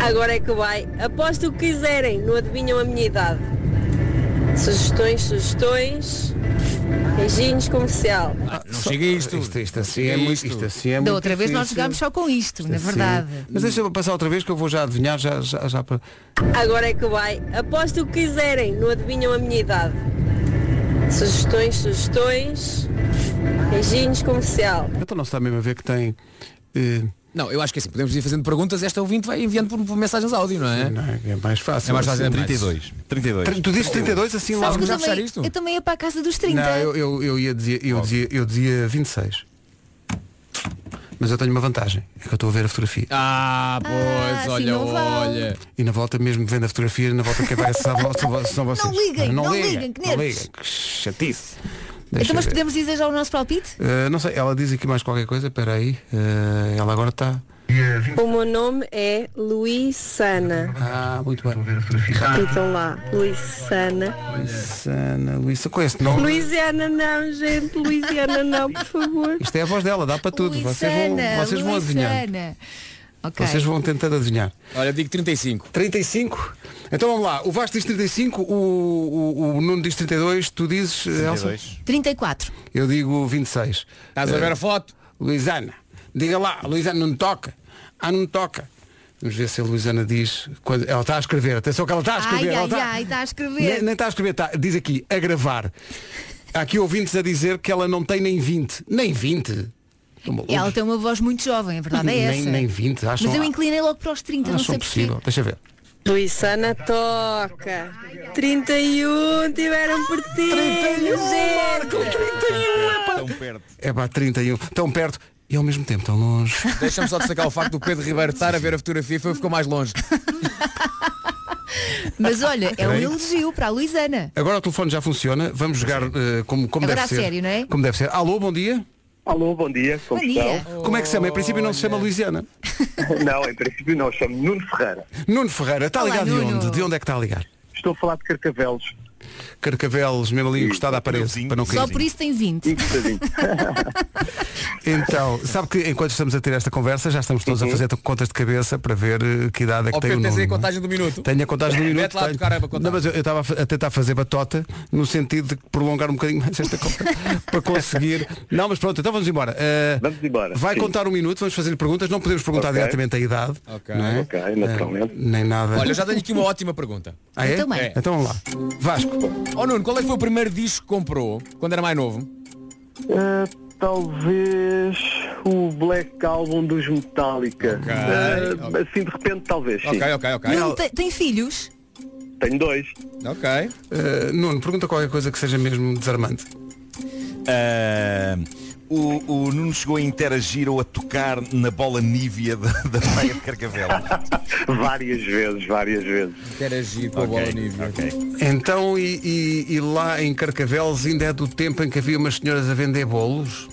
Speaker 21: Agora é que vai. Aposto o que quiserem, não adivinham a minha idade. Sugestões, sugestões. Beijinhos comercial.
Speaker 1: Não chega isto. Isto, isto assim é muito. Isto assim é
Speaker 5: da
Speaker 1: muito
Speaker 5: outra vez nós
Speaker 1: difícil.
Speaker 5: jogámos só com isto, na
Speaker 1: Sim.
Speaker 5: É verdade.
Speaker 1: Assim. Mas deixa-me passar outra vez que eu vou já adivinhar, já, já, já para.
Speaker 21: Agora é que vai. Aposto o que quiserem, não adivinham a minha idade. Sugestões, sugestões. Beijinhos comercial.
Speaker 1: Então não se está mesmo a ver que tem. eh,
Speaker 12: Não, eu acho que assim, podemos ir fazendo perguntas, esta ouvinte vai enviando por, por mensagens áudio, não é?
Speaker 1: é mais fácil.
Speaker 12: É mais fácil.
Speaker 1: assim.
Speaker 14: 32. 32.
Speaker 1: Tu dizes 32 assim
Speaker 5: Sabes
Speaker 1: logo
Speaker 5: que
Speaker 1: já
Speaker 5: eu
Speaker 1: fechar
Speaker 5: também,
Speaker 1: isto?
Speaker 5: eu também ia para a casa dos Então, 30.
Speaker 1: Não, eu, eu, eu ia dizer, eu dizia, eu dizia 26. Mas eu tenho uma vantagem, é que eu estou a ver a fotografia.
Speaker 12: Ah, pois, olha, olha.
Speaker 1: E na volta mesmo vendo a fotografia, na volta quem vai acessar vo- são vo- são vocês.
Speaker 5: Não liguem, não liguem, que
Speaker 1: não
Speaker 5: nervos.
Speaker 1: liguem. Que chatice. Deixa
Speaker 5: então, mas
Speaker 1: eu ver.
Speaker 5: podemos dizer já o nosso palpite?
Speaker 1: Eh, não sei, ela diz aqui mais qualquer coisa, espera aí. eh, ela agora está.
Speaker 21: O meu nome é Luísana.
Speaker 1: Ah, muito bem.
Speaker 21: Então lá, Luísana.
Speaker 1: Luísana, Luísa, com este nome.
Speaker 21: Luisiana não, gente, Luisiana não, por favor.
Speaker 1: Isto é a voz dela, dá para tudo. vocês vão,
Speaker 5: Luisana,
Speaker 1: vocês vão adivinhar.
Speaker 5: Luisana. Ok.
Speaker 1: Vocês vão tentando adivinhar.
Speaker 12: Olha, digo 35.
Speaker 1: 35? Então vamos lá. O Vasco diz 35, o, o, o Nuno diz 32, tu dizes, eh, Elsa?
Speaker 5: 34.
Speaker 1: Eu digo 26.
Speaker 12: Estás a ver a
Speaker 1: foto? Luizana. Eh, Diga lá, Luizana não toca. Ah, não toca. Vamos ver se a Luizana diz. Quando... Ela está a escrever, atenção que ela está a escrever.
Speaker 5: Ai,
Speaker 1: ela
Speaker 5: ai,
Speaker 1: está...
Speaker 5: ai, está a
Speaker 1: Nem,
Speaker 5: escrever.
Speaker 1: nem está a escrever, está, diz aqui, a gravar. Há aqui ouvintes a dizer que ela não tem nem 20. Nem 20. Toma,
Speaker 5: Ela tem uma voz muito jovem, a verdade é
Speaker 1: nem,
Speaker 5: essa.
Speaker 1: nem 20, acham,
Speaker 5: Mas eu inclinei logo para os 30, não
Speaker 1: acham
Speaker 5: sei
Speaker 1: Ah, possível.
Speaker 5: porquê.
Speaker 1: Deixa ver.
Speaker 21: Luísana toca. 31 tiveram por ti. 31, Marco, 31.
Speaker 14: Tão perto.
Speaker 1: É pá, 31. Tão perto e ao mesmo tempo tão longe.
Speaker 12: Deixa-me só destacar o facto do Pedro Ribeiro estar a ver a fotografia foi ficou mais longe.
Speaker 5: Mas olha, é um
Speaker 1: Peraí.
Speaker 5: elogio para a Luísana.
Speaker 1: Agora o telefone já funciona, vamos jogar eh, como, como
Speaker 5: Agora
Speaker 1: deve
Speaker 5: a
Speaker 1: ser.
Speaker 5: sério, não é?
Speaker 1: Como deve ser. Alô, bom dia.
Speaker 20: Alô, bom dia. Como
Speaker 5: Bom dia.
Speaker 20: estão?
Speaker 1: Como é que se chama? Em princípio não se chama Luisiana.
Speaker 20: Não, em princípio não. Chamo-me Nuno Ferreira.
Speaker 1: Nuno Ferreira, está
Speaker 20: Olá,
Speaker 1: ligado
Speaker 20: Nuno.
Speaker 1: de onde? De onde é que está a ligar?
Speaker 20: Estou a falar de Carcavelos.
Speaker 1: Carcavelos, mesmo ali encostado à parede, para não cair.
Speaker 5: Só por isso tem 20.
Speaker 1: Então, sabe que enquanto estamos a ter esta conversa, já estamos todos a fazer contas de cabeça para ver eh, que idade é que
Speaker 12: Uhum. Ó,
Speaker 1: tem o
Speaker 12: Pedro, tens aí a
Speaker 1: Nuno.
Speaker 12: contagem do minuto.
Speaker 1: Tenho a contagem do minuto.
Speaker 12: Mete lá a
Speaker 1: tenho.
Speaker 12: tocar a contagem.
Speaker 1: Não, mas eu eu estava a fa- a tentar fazer batota no sentido de prolongar um bocadinho mais esta conta para conseguir. Não, mas pronto, então vamos embora. vamos embora. Vai
Speaker 17: sim.
Speaker 1: contar um minuto, vamos fazer perguntas. Não podemos perguntar
Speaker 17: Ok.
Speaker 1: diretamente a idade.
Speaker 12: Ok.
Speaker 1: não é?
Speaker 12: Ok,
Speaker 1: Eh,
Speaker 12: naturalmente.
Speaker 1: nem nada.
Speaker 12: Olha, eu já tenho aqui uma ótima pergunta.
Speaker 1: Ah, é?
Speaker 12: É.
Speaker 1: Então vamos lá. Vasco.
Speaker 12: Oh Nuno, qual é que foi o primeiro disco que comprou quando era mais novo?
Speaker 20: Eh, talvez o Black Album dos Metallica. Eh, Assim de repente, talvez. sim.
Speaker 12: Ok, ok, ok.
Speaker 5: Nuno, te- tem filhos?
Speaker 20: Tenho dois.
Speaker 12: Ok.
Speaker 1: Eh, Nuno, pergunta qualquer coisa que seja mesmo desarmante.
Speaker 14: Ah, o, o Nuno chegou a interagir ou a tocar na bola nívea da, da praia de Carcavela.
Speaker 20: várias vezes, várias vezes.
Speaker 12: Interagir com
Speaker 14: É
Speaker 12: a bola nívea.
Speaker 1: Então, e, e- e lá em Carcavelos ainda é do tempo em que havia umas senhoras a vender bolos?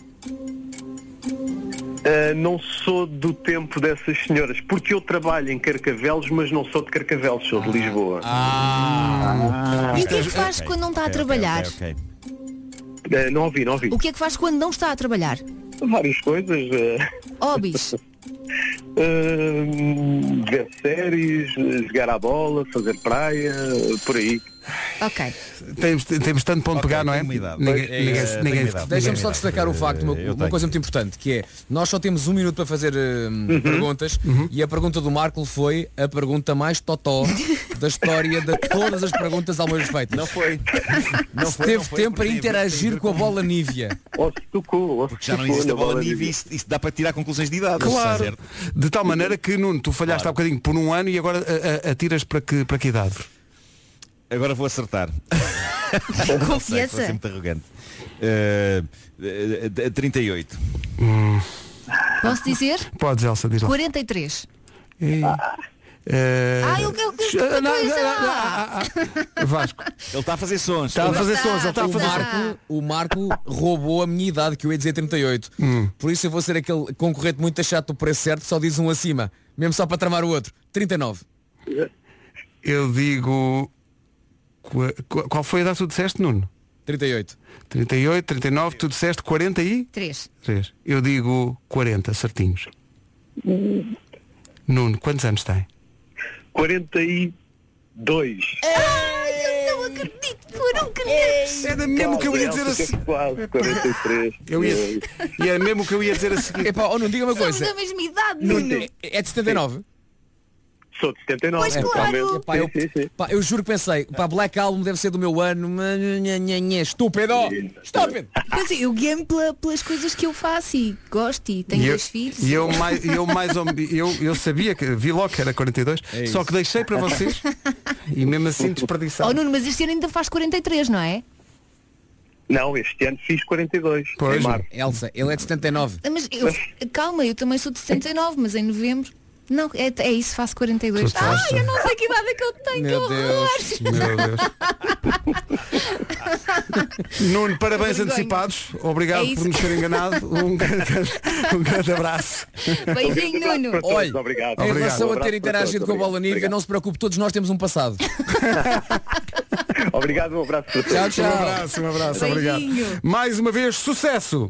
Speaker 20: Eh, não sou do tempo dessas senhoras, porque eu trabalho em Carcavelos, mas não sou de Carcavelos, sou de Lisboa. Ah.
Speaker 5: E o que é que faz
Speaker 14: Então,
Speaker 5: quando não está a trabalhar?
Speaker 20: Eh, não ouvi, não ouvi.
Speaker 5: O que é que faz quando não está a trabalhar?
Speaker 20: Várias coisas. eh.
Speaker 5: Hobbies.
Speaker 20: Hum, ver séries, jogar à bola, fazer praia, por aí.
Speaker 5: Ok.
Speaker 1: Temos, temos tanto ponto pegar, não é? Ninguém, ninguém- ninguém-
Speaker 12: Deixa-me só destacar um facto, uma, uma coisa muito importante, que é, nós só temos um minuto para fazer hum, perguntas e a pergunta do Marco foi a pergunta mais totó da história de todas as perguntas ao meu respeito. Não
Speaker 14: foi.
Speaker 12: Não
Speaker 14: foi,
Speaker 12: teve
Speaker 14: não foi,
Speaker 12: tempo para
Speaker 14: porque
Speaker 12: interagir com a bola nívea.
Speaker 20: Ou se tocou, ou
Speaker 14: Porque já não existe a Tipo, bola nívea, isso, isso dá para tirar conclusões de idade. está
Speaker 1: Claro.
Speaker 14: certo?
Speaker 1: De tal maneira que, Nuno, tu falhaste há bocadinho por um ano e agora a- a- atiras para que, para que idade?
Speaker 14: Agora vou acertar. Não sei,
Speaker 5: Confiança?
Speaker 14: vou ser muito arrogante. Eh, eh, eh, 38.
Speaker 5: Posso dizer?
Speaker 1: Podes, Elsa, diz lá.
Speaker 5: 43.
Speaker 1: E- Eh,
Speaker 5: Ai, o que eu que
Speaker 1: Ah, não,
Speaker 5: coisa
Speaker 1: não, não,
Speaker 5: lá?
Speaker 1: Vasco.
Speaker 14: Ele está a fazer sons.
Speaker 1: Está a fazer sons, ele está Tá a
Speaker 12: o
Speaker 1: fazer
Speaker 12: Marco, o Marco roubou a minha idade, que eu ia dizer 38. Por isso eu vou ser aquele concorrente muito achado do preço certo, só diz um acima. Mesmo só para tramar o outro. 39.
Speaker 1: Eu digo. qua- qua- Qual foi a idade que tu disseste, Nuno?
Speaker 12: 38.
Speaker 1: 38, 39, tu disseste 40 e?
Speaker 5: 3.
Speaker 1: 3. Eu digo 40, certinhos. Nuno, quantos anos tem?
Speaker 20: 42.
Speaker 5: Ai, eu não acredito, eu não acredito.
Speaker 1: Era mesmo que eu ia dizer assim.
Speaker 20: Quase, 43.
Speaker 1: Eu ia, e era mesmo que eu ia dizer a seguir.
Speaker 12: Epá, oh, não diga uma
Speaker 5: Somos
Speaker 12: coisa.
Speaker 5: da mesma idade, Nuno.
Speaker 12: É de 79?
Speaker 20: Sou de 79.
Speaker 1: É,
Speaker 5: Pois claro.
Speaker 12: Epá, eu, pá, eu juro que pensei, pá, Black Album deve ser do meu ano, mas nha, nha, nha, estúpido! Estúpido!
Speaker 5: Quer dizer, eu guiei-me pela- pelas coisas que eu faço e gosto e tenho
Speaker 1: E eu-
Speaker 5: dois filhos.
Speaker 1: E eu mais, eu mais ou- eu, eu sabia que vi logo que era 42,
Speaker 12: É
Speaker 1: só que deixei para vocês e mesmo assim
Speaker 5: Oh
Speaker 1: desperdiçaram.
Speaker 5: Nuno, mas este ano ainda faz 43, não é?
Speaker 20: Não, este ano fiz 42.
Speaker 1: Pois.
Speaker 20: em março.
Speaker 12: Elsa, ele é de 79.
Speaker 5: Ah, Mas eu, calma, eu também sou de 69, mas em novembro. Não, é, é isso, faço 42.
Speaker 1: Tu
Speaker 5: Ai,
Speaker 1: estás-
Speaker 5: eu não sei que idade é que eu tenho,
Speaker 12: Meu
Speaker 5: que horror!
Speaker 12: Deus.
Speaker 1: Meu Deus. Nuno, parabéns
Speaker 5: Vergonha.
Speaker 1: antecipados. Obrigado
Speaker 5: É isso.
Speaker 1: por nos ter enganado. Um grande, um grande abraço.
Speaker 5: Beijinho, Nuno.
Speaker 12: Olha,
Speaker 20: obrigado.
Speaker 12: em relação
Speaker 1: Obrigado.
Speaker 12: a ter interagido com a bola nívea, não se preocupe, todos nós temos um passado.
Speaker 20: Obrigado, um abraço para todos.
Speaker 12: Tchau,
Speaker 1: Um
Speaker 12: tchau.
Speaker 1: abraço, um abraço. Obrigado.
Speaker 5: Beijinho.
Speaker 1: Mais uma vez, sucesso.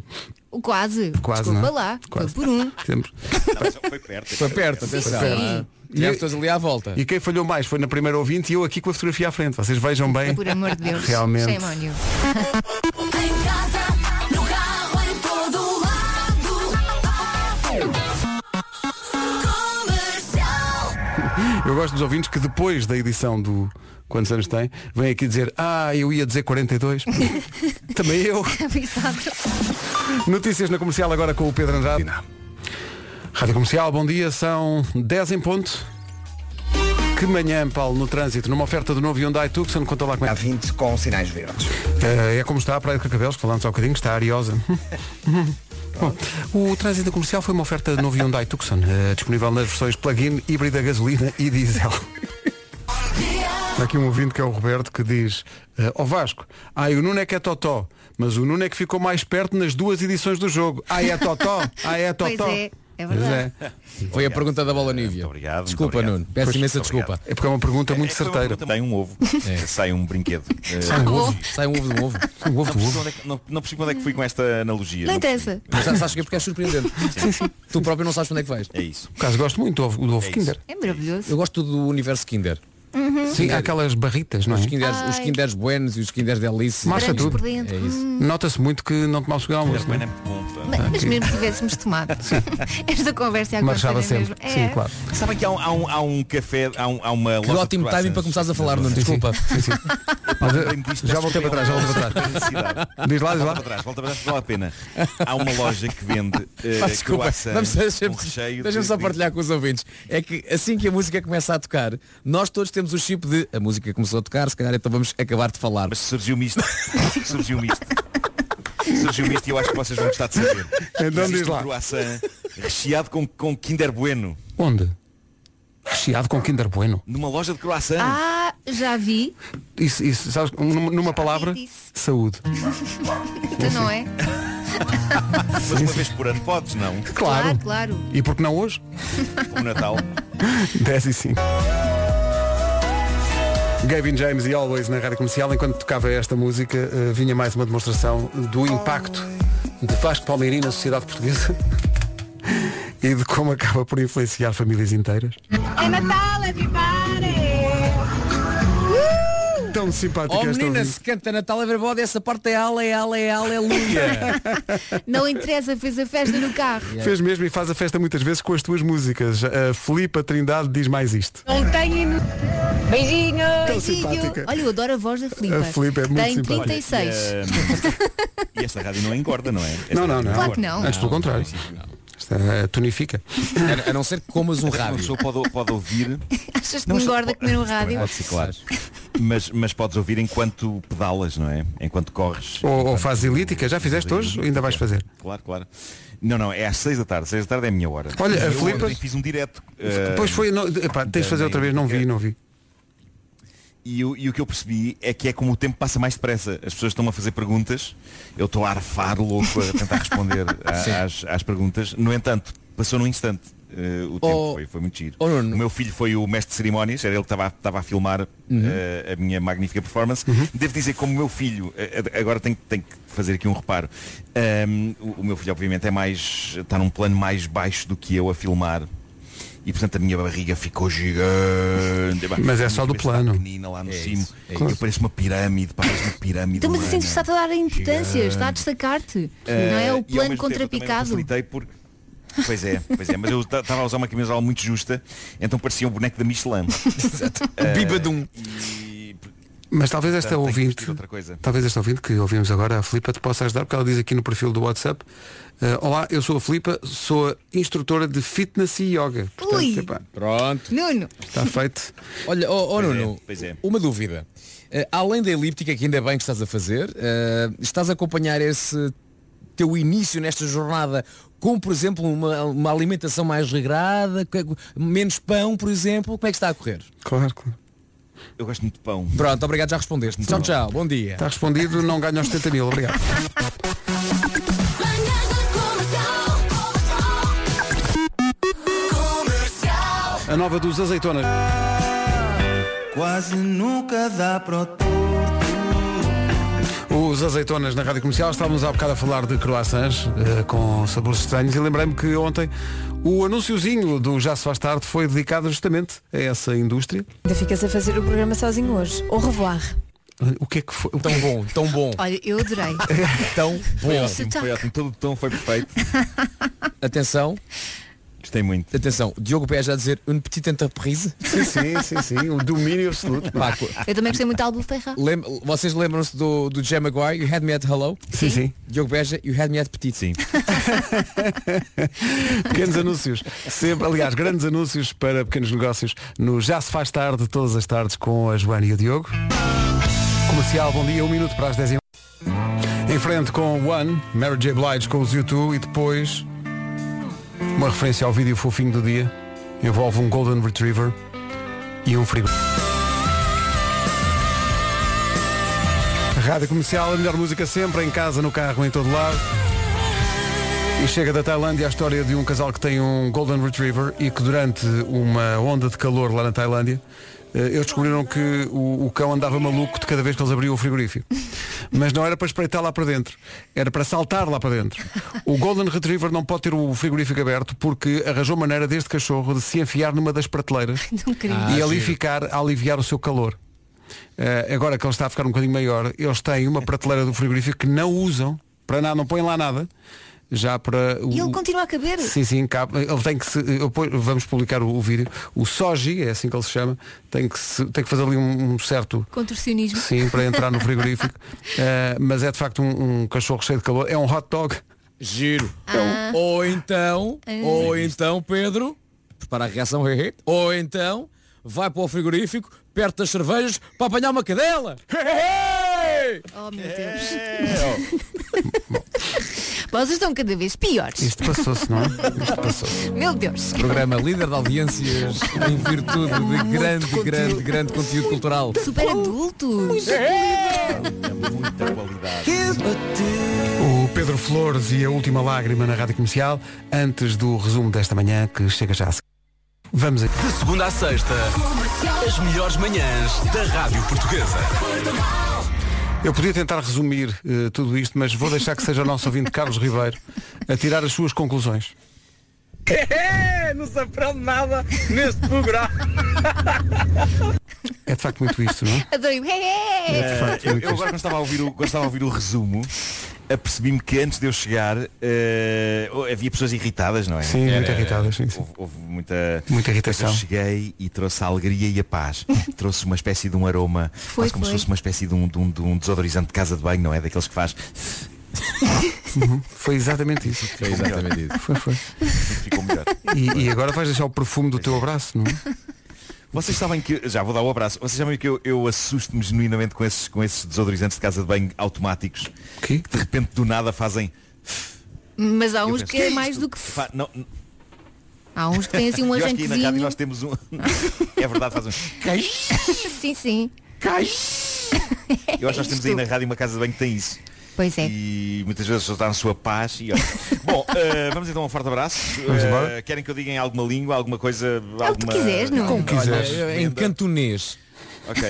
Speaker 5: O Quase.
Speaker 1: Quase,
Speaker 5: Desculpa
Speaker 1: não é?
Speaker 5: lá.
Speaker 1: Quase.
Speaker 5: Foi por um.
Speaker 1: Temos.
Speaker 14: Foi perto.
Speaker 12: Foi perto, atenção.
Speaker 1: Sim.
Speaker 12: Tivemos todos ali à volta.
Speaker 1: E quem falhou mais foi na primeira ouvinte e eu aqui com a fotografia à frente. Vocês vejam bem.
Speaker 5: Por amor de Deus.
Speaker 1: é? Realmente.
Speaker 5: Shame on you.
Speaker 2: Em casa, no carro, em todo lado. Comercial.
Speaker 1: Eu gosto dos ouvintes que depois da edição do Quantos anos tem, vêm aqui dizer, ah, eu ia dizer 42. Também eu. Notícias na comercial agora com o Pedro Andrade. Rádio Comercial, bom dia, são 10 em ponto. Que manhã, Paulo, no trânsito, numa oferta do novo Hyundai Tucson, conta lá como é.
Speaker 4: A20 com sinais verdes.
Speaker 1: Eh, é como está a Praia de Carcavelos, que falámos há bocadinho, está ariosa. Bom, o trânsito comercial foi uma oferta do novo Hyundai Tucson, eh, disponível nas versões plug-in, híbrida, gasolina e diesel. Há aqui um ouvinte que é o Roberto que diz eh, Ó Vasco, ai o Nuno é que é Totó Mas o Nuno é que ficou mais perto nas duas edições do jogo Ai é Totó, ai é Totó
Speaker 5: Pois é, É verdade.
Speaker 12: Foi a pergunta da bola Nívia.
Speaker 14: Obrigado.
Speaker 12: Desculpa, Nuno. Peço
Speaker 1: Pois,
Speaker 12: imensa
Speaker 1: muito
Speaker 12: desculpa.
Speaker 1: obrigado. É porque é uma pergunta muito certeira.
Speaker 14: Tem um ovo. Sai um brinquedo. Eh,
Speaker 12: É. Sai um ovo. Sai um ovo de um ovo.
Speaker 1: Um ovo
Speaker 14: não percebo onde é que- Não não percebo onde é que fui com esta analogia.
Speaker 5: Não
Speaker 14: Não percebo.
Speaker 5: interessa.
Speaker 12: Mas já sabes que é porque é surpreendente. Tu próprio não sabes para onde é que vais.
Speaker 14: É isso.
Speaker 1: Por acaso gosto muito do ovo, do ovo Kinder.
Speaker 5: É maravilhoso.
Speaker 12: Eu gosto do universo Kinder.
Speaker 5: Uhum.
Speaker 1: Sim, há aquelas barritas, não é?
Speaker 12: Os Kinders, os
Speaker 5: Ai.
Speaker 12: kinders Buenos e os Kinders Delice.
Speaker 1: Marcha
Speaker 5: Brancos
Speaker 1: tudo.
Speaker 5: por dentro.
Speaker 12: É isso.
Speaker 5: Hum.
Speaker 1: Nota-se muito que não tomaste o almoço. não é?
Speaker 5: Mas, mas mesmo que tivéssemos tomado esta conversa ia acontecer
Speaker 1: Marchava
Speaker 5: é mesmo. É.
Speaker 1: sempre. Sim, claro.
Speaker 14: Sabem que há um, há um- há um café, há, um, há uma
Speaker 12: Que
Speaker 14: loja de
Speaker 12: ótimo timing
Speaker 14: croissants.
Speaker 12: para começares a falar, Nuno.
Speaker 1: Sim, sim.
Speaker 12: Desculpa.
Speaker 1: Mas, eh,
Speaker 14: Lembrei-me disto,
Speaker 1: já
Speaker 14: peço
Speaker 1: voltei para trás, já voltei para trás.
Speaker 14: Felicidade.
Speaker 1: Diz lá, diz
Speaker 14: Volta
Speaker 1: lá.
Speaker 14: para trás, volta para trás, vale a pena. Há uma loja que vende eh,
Speaker 12: Pá, desculpa,
Speaker 14: croissants
Speaker 12: vamos-
Speaker 14: com
Speaker 12: deixa-me
Speaker 14: recheio
Speaker 12: deixa-me
Speaker 14: de-
Speaker 12: só
Speaker 14: de-
Speaker 12: partilhar com os ouvintes. É que assim que a música começa a tocar, nós todos temos o chip de a música começou a tocar, se calhar então vamos acabar de falar.
Speaker 14: Mas surgiu-me isto. Surgiu-me isto. Surgiu-me isto e eu acho que vocês vão gostar de saber.
Speaker 1: Então
Speaker 14: Existe
Speaker 1: diz lá.
Speaker 14: Um croissant recheado com, com Kinder Bueno.
Speaker 1: Onde? Recheado com Kinder Bueno.
Speaker 14: Numa loja de croissant.
Speaker 5: Ah, já vi.
Speaker 1: Isso, isso sabes, numa, numa palavra,
Speaker 5: disse.
Speaker 1: saúde.
Speaker 5: Então não é?
Speaker 14: Mas uma vez por ano podes, não?
Speaker 1: Claro.
Speaker 5: claro.
Speaker 1: E por que não hoje?
Speaker 14: O Natal.
Speaker 1: 10 e 5. Gavin James e Always na rádio comercial. Enquanto tocava esta música, eh, vinha mais uma demonstração do impacto de Vasco Palmeirinho na sociedade portuguesa e de como acaba por influenciar famílias inteiras.
Speaker 2: É Natal, everybody!
Speaker 1: Tão simpática
Speaker 12: Oh
Speaker 1: esta
Speaker 12: menina,
Speaker 1: ouvinte.
Speaker 12: se canta Natal Everybody, essa parte é ale, ale, aleluia.
Speaker 5: Não interessa, fez a festa no carro.
Speaker 1: Fez mesmo e faz a festa muitas vezes com as tuas músicas. A Filipa Trindade diz mais isto.
Speaker 13: Não tenho. Beijinho!
Speaker 1: Tão
Speaker 5: Beijinho.
Speaker 1: simpática.
Speaker 5: Olha, eu adoro a voz da Filipa.
Speaker 1: A Filipa é muito
Speaker 5: Tem
Speaker 1: simpática.
Speaker 5: 36.
Speaker 14: E, eh, e esta rádio não engorda, não é? Esta
Speaker 1: Não, não,
Speaker 14: rádio
Speaker 1: não.
Speaker 5: Claro
Speaker 14: engorda.
Speaker 5: que não.
Speaker 1: Antes pelo contrário. Isto, eh, tonifica.
Speaker 12: A- A não ser que comas um
Speaker 14: Uma
Speaker 12: rádio.
Speaker 14: pessoa pode, pode ouvir,
Speaker 5: Achas que
Speaker 14: Não,
Speaker 5: me
Speaker 14: só-
Speaker 5: engorda comer um rádio?
Speaker 14: pode ser claro, mas, mas podes ouvir enquanto pedalas, não é? Enquanto corres.
Speaker 1: Ou, ou faz elítica. Já fizeste hoje? Ainda vais fazer.
Speaker 14: Claro, claro. Não, não, é às seis da tarde. seis da tarde é a minha hora.
Speaker 1: Olha,
Speaker 14: E
Speaker 1: a
Speaker 14: eu
Speaker 1: Filipa-
Speaker 14: ontem fiz um direto. eh,
Speaker 1: Depois foi. Não, epá, tens de fazer outra vez. Não vi, não vi.
Speaker 14: E, o- e o que eu percebi é que é como o tempo passa mais depressa. As pessoas estão a fazer perguntas, eu estou a arfar louco a tentar responder a-
Speaker 12: Sim.
Speaker 14: às, às perguntas. No entanto, passou num instante. eh, o tempo
Speaker 12: Oh.
Speaker 14: foi, foi muito giro.
Speaker 12: Oh, Nuno.
Speaker 14: o meu filho foi o mestre de cerimónias, era ele que estava a- estava a filmar
Speaker 1: Uhum.
Speaker 14: eh, a minha magnífica performance. Devo dizer que como o meu filho, eh, eh, agora tenho, que- tenho que fazer aqui um reparo, Ahm, o, o meu filho obviamente é mais, está num plano mais baixo do que eu a filmar. E portanto a minha barriga ficou gigante.
Speaker 1: Mas é só do
Speaker 14: Minha cabeça está
Speaker 1: plano.
Speaker 14: pequenina lá no
Speaker 12: É
Speaker 14: cimo.
Speaker 12: isso, é
Speaker 14: Eu
Speaker 12: isso.
Speaker 14: pareço uma pirâmide, pá, parece uma pirâmide.
Speaker 5: Então, mas assim,
Speaker 14: humana.
Speaker 5: está a dar a importância, está a destacar-te.
Speaker 14: Eh,
Speaker 5: não é
Speaker 14: e
Speaker 5: o
Speaker 14: ao mesmo
Speaker 5: plano
Speaker 14: tempo eu também me
Speaker 5: contrapicado.
Speaker 14: facilitei porque... Pois é, pois é, mas eu estava a usar uma camisola muito justa, então parecia um boneco da Michelin. Eh,
Speaker 12: Bibadum.
Speaker 14: e-
Speaker 1: Mas talvez esta
Speaker 14: Portanto, Então, tenho que
Speaker 1: ouvinte,
Speaker 14: vestir outra coisa.
Speaker 1: talvez esta ouvinte que ouvimos agora, a Filipa, te possa ajudar, porque ela diz aqui no perfil do WhatsApp, eh, Olá, eu sou a Filipa, sou a instrutora de fitness e yoga.
Speaker 5: Ui.
Speaker 1: Portanto, epá,
Speaker 12: Pronto.
Speaker 5: Nuno,
Speaker 1: está feito.
Speaker 12: Olha, oh, oh,
Speaker 14: Pois é,
Speaker 12: Nuno,
Speaker 14: pois é.
Speaker 12: uma dúvida. Eh, além da elíptica, que ainda bem que estás a fazer, eh, estás a acompanhar esse teu início nesta jornada com, por exemplo, uma, uma alimentação mais regrada, que- menos pão, por exemplo, como é que está a correr?
Speaker 1: Claro, claro.
Speaker 14: Eu gosto muito de pão.
Speaker 12: Pronto, obrigado, já respondeste. Tchau, tchau, bom dia.
Speaker 1: Está respondido, não ganho aos 70 mil, obrigado. A nova dos azeitonas.
Speaker 9: Quase nunca dá pro
Speaker 1: Os azeitonas na Rádio Comercial, estávamos há bocado a falar de croissants eh, com sabores estranhos e lembrei-me que ontem o anúnciozinho do Já Se Faz Tarde foi dedicado justamente a essa indústria.
Speaker 8: Ainda ficas a fazer o programa sozinho hoje. Au revoir.
Speaker 1: O que é que foi?
Speaker 12: Tão bom, tão bom,
Speaker 5: olha, eu adorei.
Speaker 12: tão
Speaker 14: Foi
Speaker 12: bom.
Speaker 14: ótimo,
Speaker 5: Então,
Speaker 14: foi ótimo. Todo o tom foi perfeito.
Speaker 12: Atenção,
Speaker 14: Gostei muito.
Speaker 12: atenção, Diogo Pé já a dizer une petite entreprise.
Speaker 1: Então, Sim, sim, sim, sim, o domínio absoluto.
Speaker 12: Pá, co-
Speaker 5: Eu também gostei muito da Albufeira.
Speaker 12: lem- vocês lembram-se do, do Jam Maguire, You Had Me at Hello?
Speaker 1: Sim, sim.
Speaker 12: Diogo Beja, You Had Me at Petit.
Speaker 14: Sim.
Speaker 1: Pequenos anúncios. Sempre, aliás, grandes anúncios para pequenos negócios no Já Se Faz Tarde, todas as tardes com a Joana e o Diogo. Comercial, bom dia, um minuto para as 10 e... Em frente com One, Mary J. Blige com os YouTube e depois uma referência ao vídeo fofinho do dia. Envolve um Golden Retriever e um frigo. Rádio Comercial, a melhor música sempre, em casa, no carro, em todo lado. E chega da Tailândia a história de um casal que tem um Golden Retriever e que durante uma onda de calor lá na Tailândia eh, eles descobriram que o, o cão andava maluco de cada vez que eles abriam o frigorífico. Mas não era para espreitar lá para dentro, era para saltar lá para dentro. O Golden Retriever não pode ter o frigorífico aberto porque arranjou maneira deste cachorro de se enfiar numa das prateleiras
Speaker 5: Não acredito.
Speaker 1: e
Speaker 5: Ah,
Speaker 1: ali
Speaker 5: giro.
Speaker 1: ficar a aliviar o seu calor. Eh, agora que ele está a ficar um bocadinho maior, eles têm uma prateleira do frigorífico que não usam para nada, não põem lá nada, já para o.
Speaker 5: E ele continua a caber.
Speaker 1: Sim, sim, cabe. Ele tem que se. eu pô- vamos publicar o, o vídeo. O Soji, é assim que ele se chama, tem que, se- tem que fazer ali um, um certo.
Speaker 5: Contorcionismo.
Speaker 1: Sim, para entrar no frigorífico. Eh, mas é de facto um, um cachorro cheio de calor. É um hot dog.
Speaker 12: Giro.
Speaker 5: Ah.
Speaker 12: Ou então,
Speaker 5: Ah.
Speaker 12: ou então, Pedro, prepara a reação, hehe. ou então, vai para o frigorífico, perto das cervejas, para apanhar uma cadela. Hehe!
Speaker 5: Oh meu Deus. Vocês estão cada vez piores.
Speaker 12: Isto passou-se, não é? Isto passou-se.
Speaker 5: Meu Deus.
Speaker 12: Programa líder de audiências em virtude de grande, grande, grande conteúdo cultural.
Speaker 5: Super adultos.
Speaker 1: O Pedro Flores e a última lágrima na rádio comercial, antes do resumo desta manhã, que chega já a seguir. Vamos aí.
Speaker 6: De segunda à sexta, as melhores manhãs da Rádio Portuguesa.
Speaker 1: Eu podia tentar resumir eh, tudo isto, mas vou deixar que seja o nosso ouvinte Carlos Ribeiro a tirar as suas conclusões.
Speaker 2: Não se aprende nada neste programa.
Speaker 1: É de facto muito isto, não é?
Speaker 5: Adorei. o hehe.
Speaker 14: Eh, eu, eu agora quando estava a ouvir o, quando estava a ouvir o resumo, apercebi-me que antes de eu chegar eh, havia pessoas irritadas, não é?
Speaker 1: Sim, muito
Speaker 14: Era-
Speaker 1: irritadas, sim, sim.
Speaker 14: Houve, houve muita,
Speaker 1: Muita irritação.
Speaker 14: Eu cheguei e trouxe a alegria e a paz. trouxe uma espécie de um aroma,
Speaker 5: Foi,
Speaker 14: quase como se
Speaker 5: foi.
Speaker 14: fosse uma espécie de um, de um- de um desodorizante de casa de banho, não é? Daqueles que faz.
Speaker 1: Foi exatamente isso.
Speaker 14: Foi exatamente isso.
Speaker 1: Foi, foi.
Speaker 14: Ficou melhor.
Speaker 1: E, e agora vais deixar o perfume do teu abraço, não é?
Speaker 14: Vocês sabem que, já vou dar o abraço, vocês sabem que eu, eu assusto-me genuinamente com esses, com esses desodorizantes de casa de banho automáticos
Speaker 1: que
Speaker 14: de repente do nada fazem.
Speaker 5: Mas há
Speaker 14: Eu
Speaker 5: uns
Speaker 14: penso,
Speaker 5: que
Speaker 14: "Que
Speaker 5: é
Speaker 14: é
Speaker 5: mais do que. um
Speaker 14: Fa- não, não-
Speaker 5: Há uns que têm assim um
Speaker 14: eu acho que aí na
Speaker 5: arranquezinho.
Speaker 14: rádio nós temos um. é verdade, faz um.
Speaker 5: sim, sim. É
Speaker 14: Eu acho que nós temos aí na rádio uma casa de banho que tem isso.
Speaker 5: Pois é.
Speaker 14: E muitas vezes só está na sua paz e olha. Bom, eh, vamos então a um forte abraço.
Speaker 12: Vamos
Speaker 14: Eh,
Speaker 12: embora.
Speaker 14: querem que eu diga em alguma língua, alguma coisa.
Speaker 12: o que quiseres, não é? Como quiseres. Olha, em
Speaker 14: cantonês. Ok.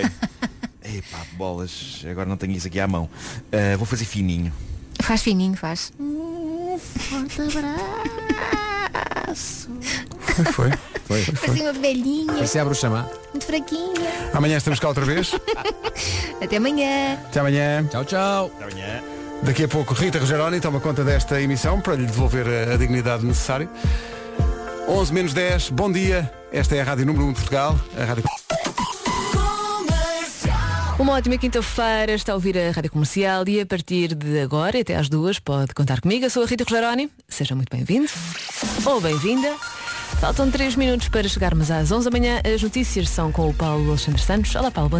Speaker 14: Epá, bolas. Agora não tenho isso aqui à mão. Eh, vou fazer fininho.
Speaker 5: Faz fininho, faz. Um
Speaker 2: Forte abraço.
Speaker 1: Foi.
Speaker 12: Foi.
Speaker 5: Assim uma velhinha,
Speaker 12: Parecia a bruxa má.
Speaker 5: muito fraquinha.
Speaker 1: Amanhã estamos cá outra vez.
Speaker 5: Até amanhã.
Speaker 1: Até amanhã.
Speaker 12: Tchau, tchau.
Speaker 14: Até amanhã.
Speaker 1: Daqui a pouco Rita Rogeroni toma conta desta emissão para lhe devolver a, a dignidade necessária. 11 menos 10, bom dia. Esta é a Rádio Número 1 de Portugal. A Rádio...
Speaker 22: Uma ótima quinta-feira, está a ouvir a Rádio Comercial e a partir de agora e até às duas pode contar comigo. Eu sou a Rita Rogeroni, seja muito bem-vindo ou bem-vinda. Faltam três minutos para chegarmos às 11 da manhã. As notícias são com o Paulo Alexandre Santos. Olá Paulo, bom dia.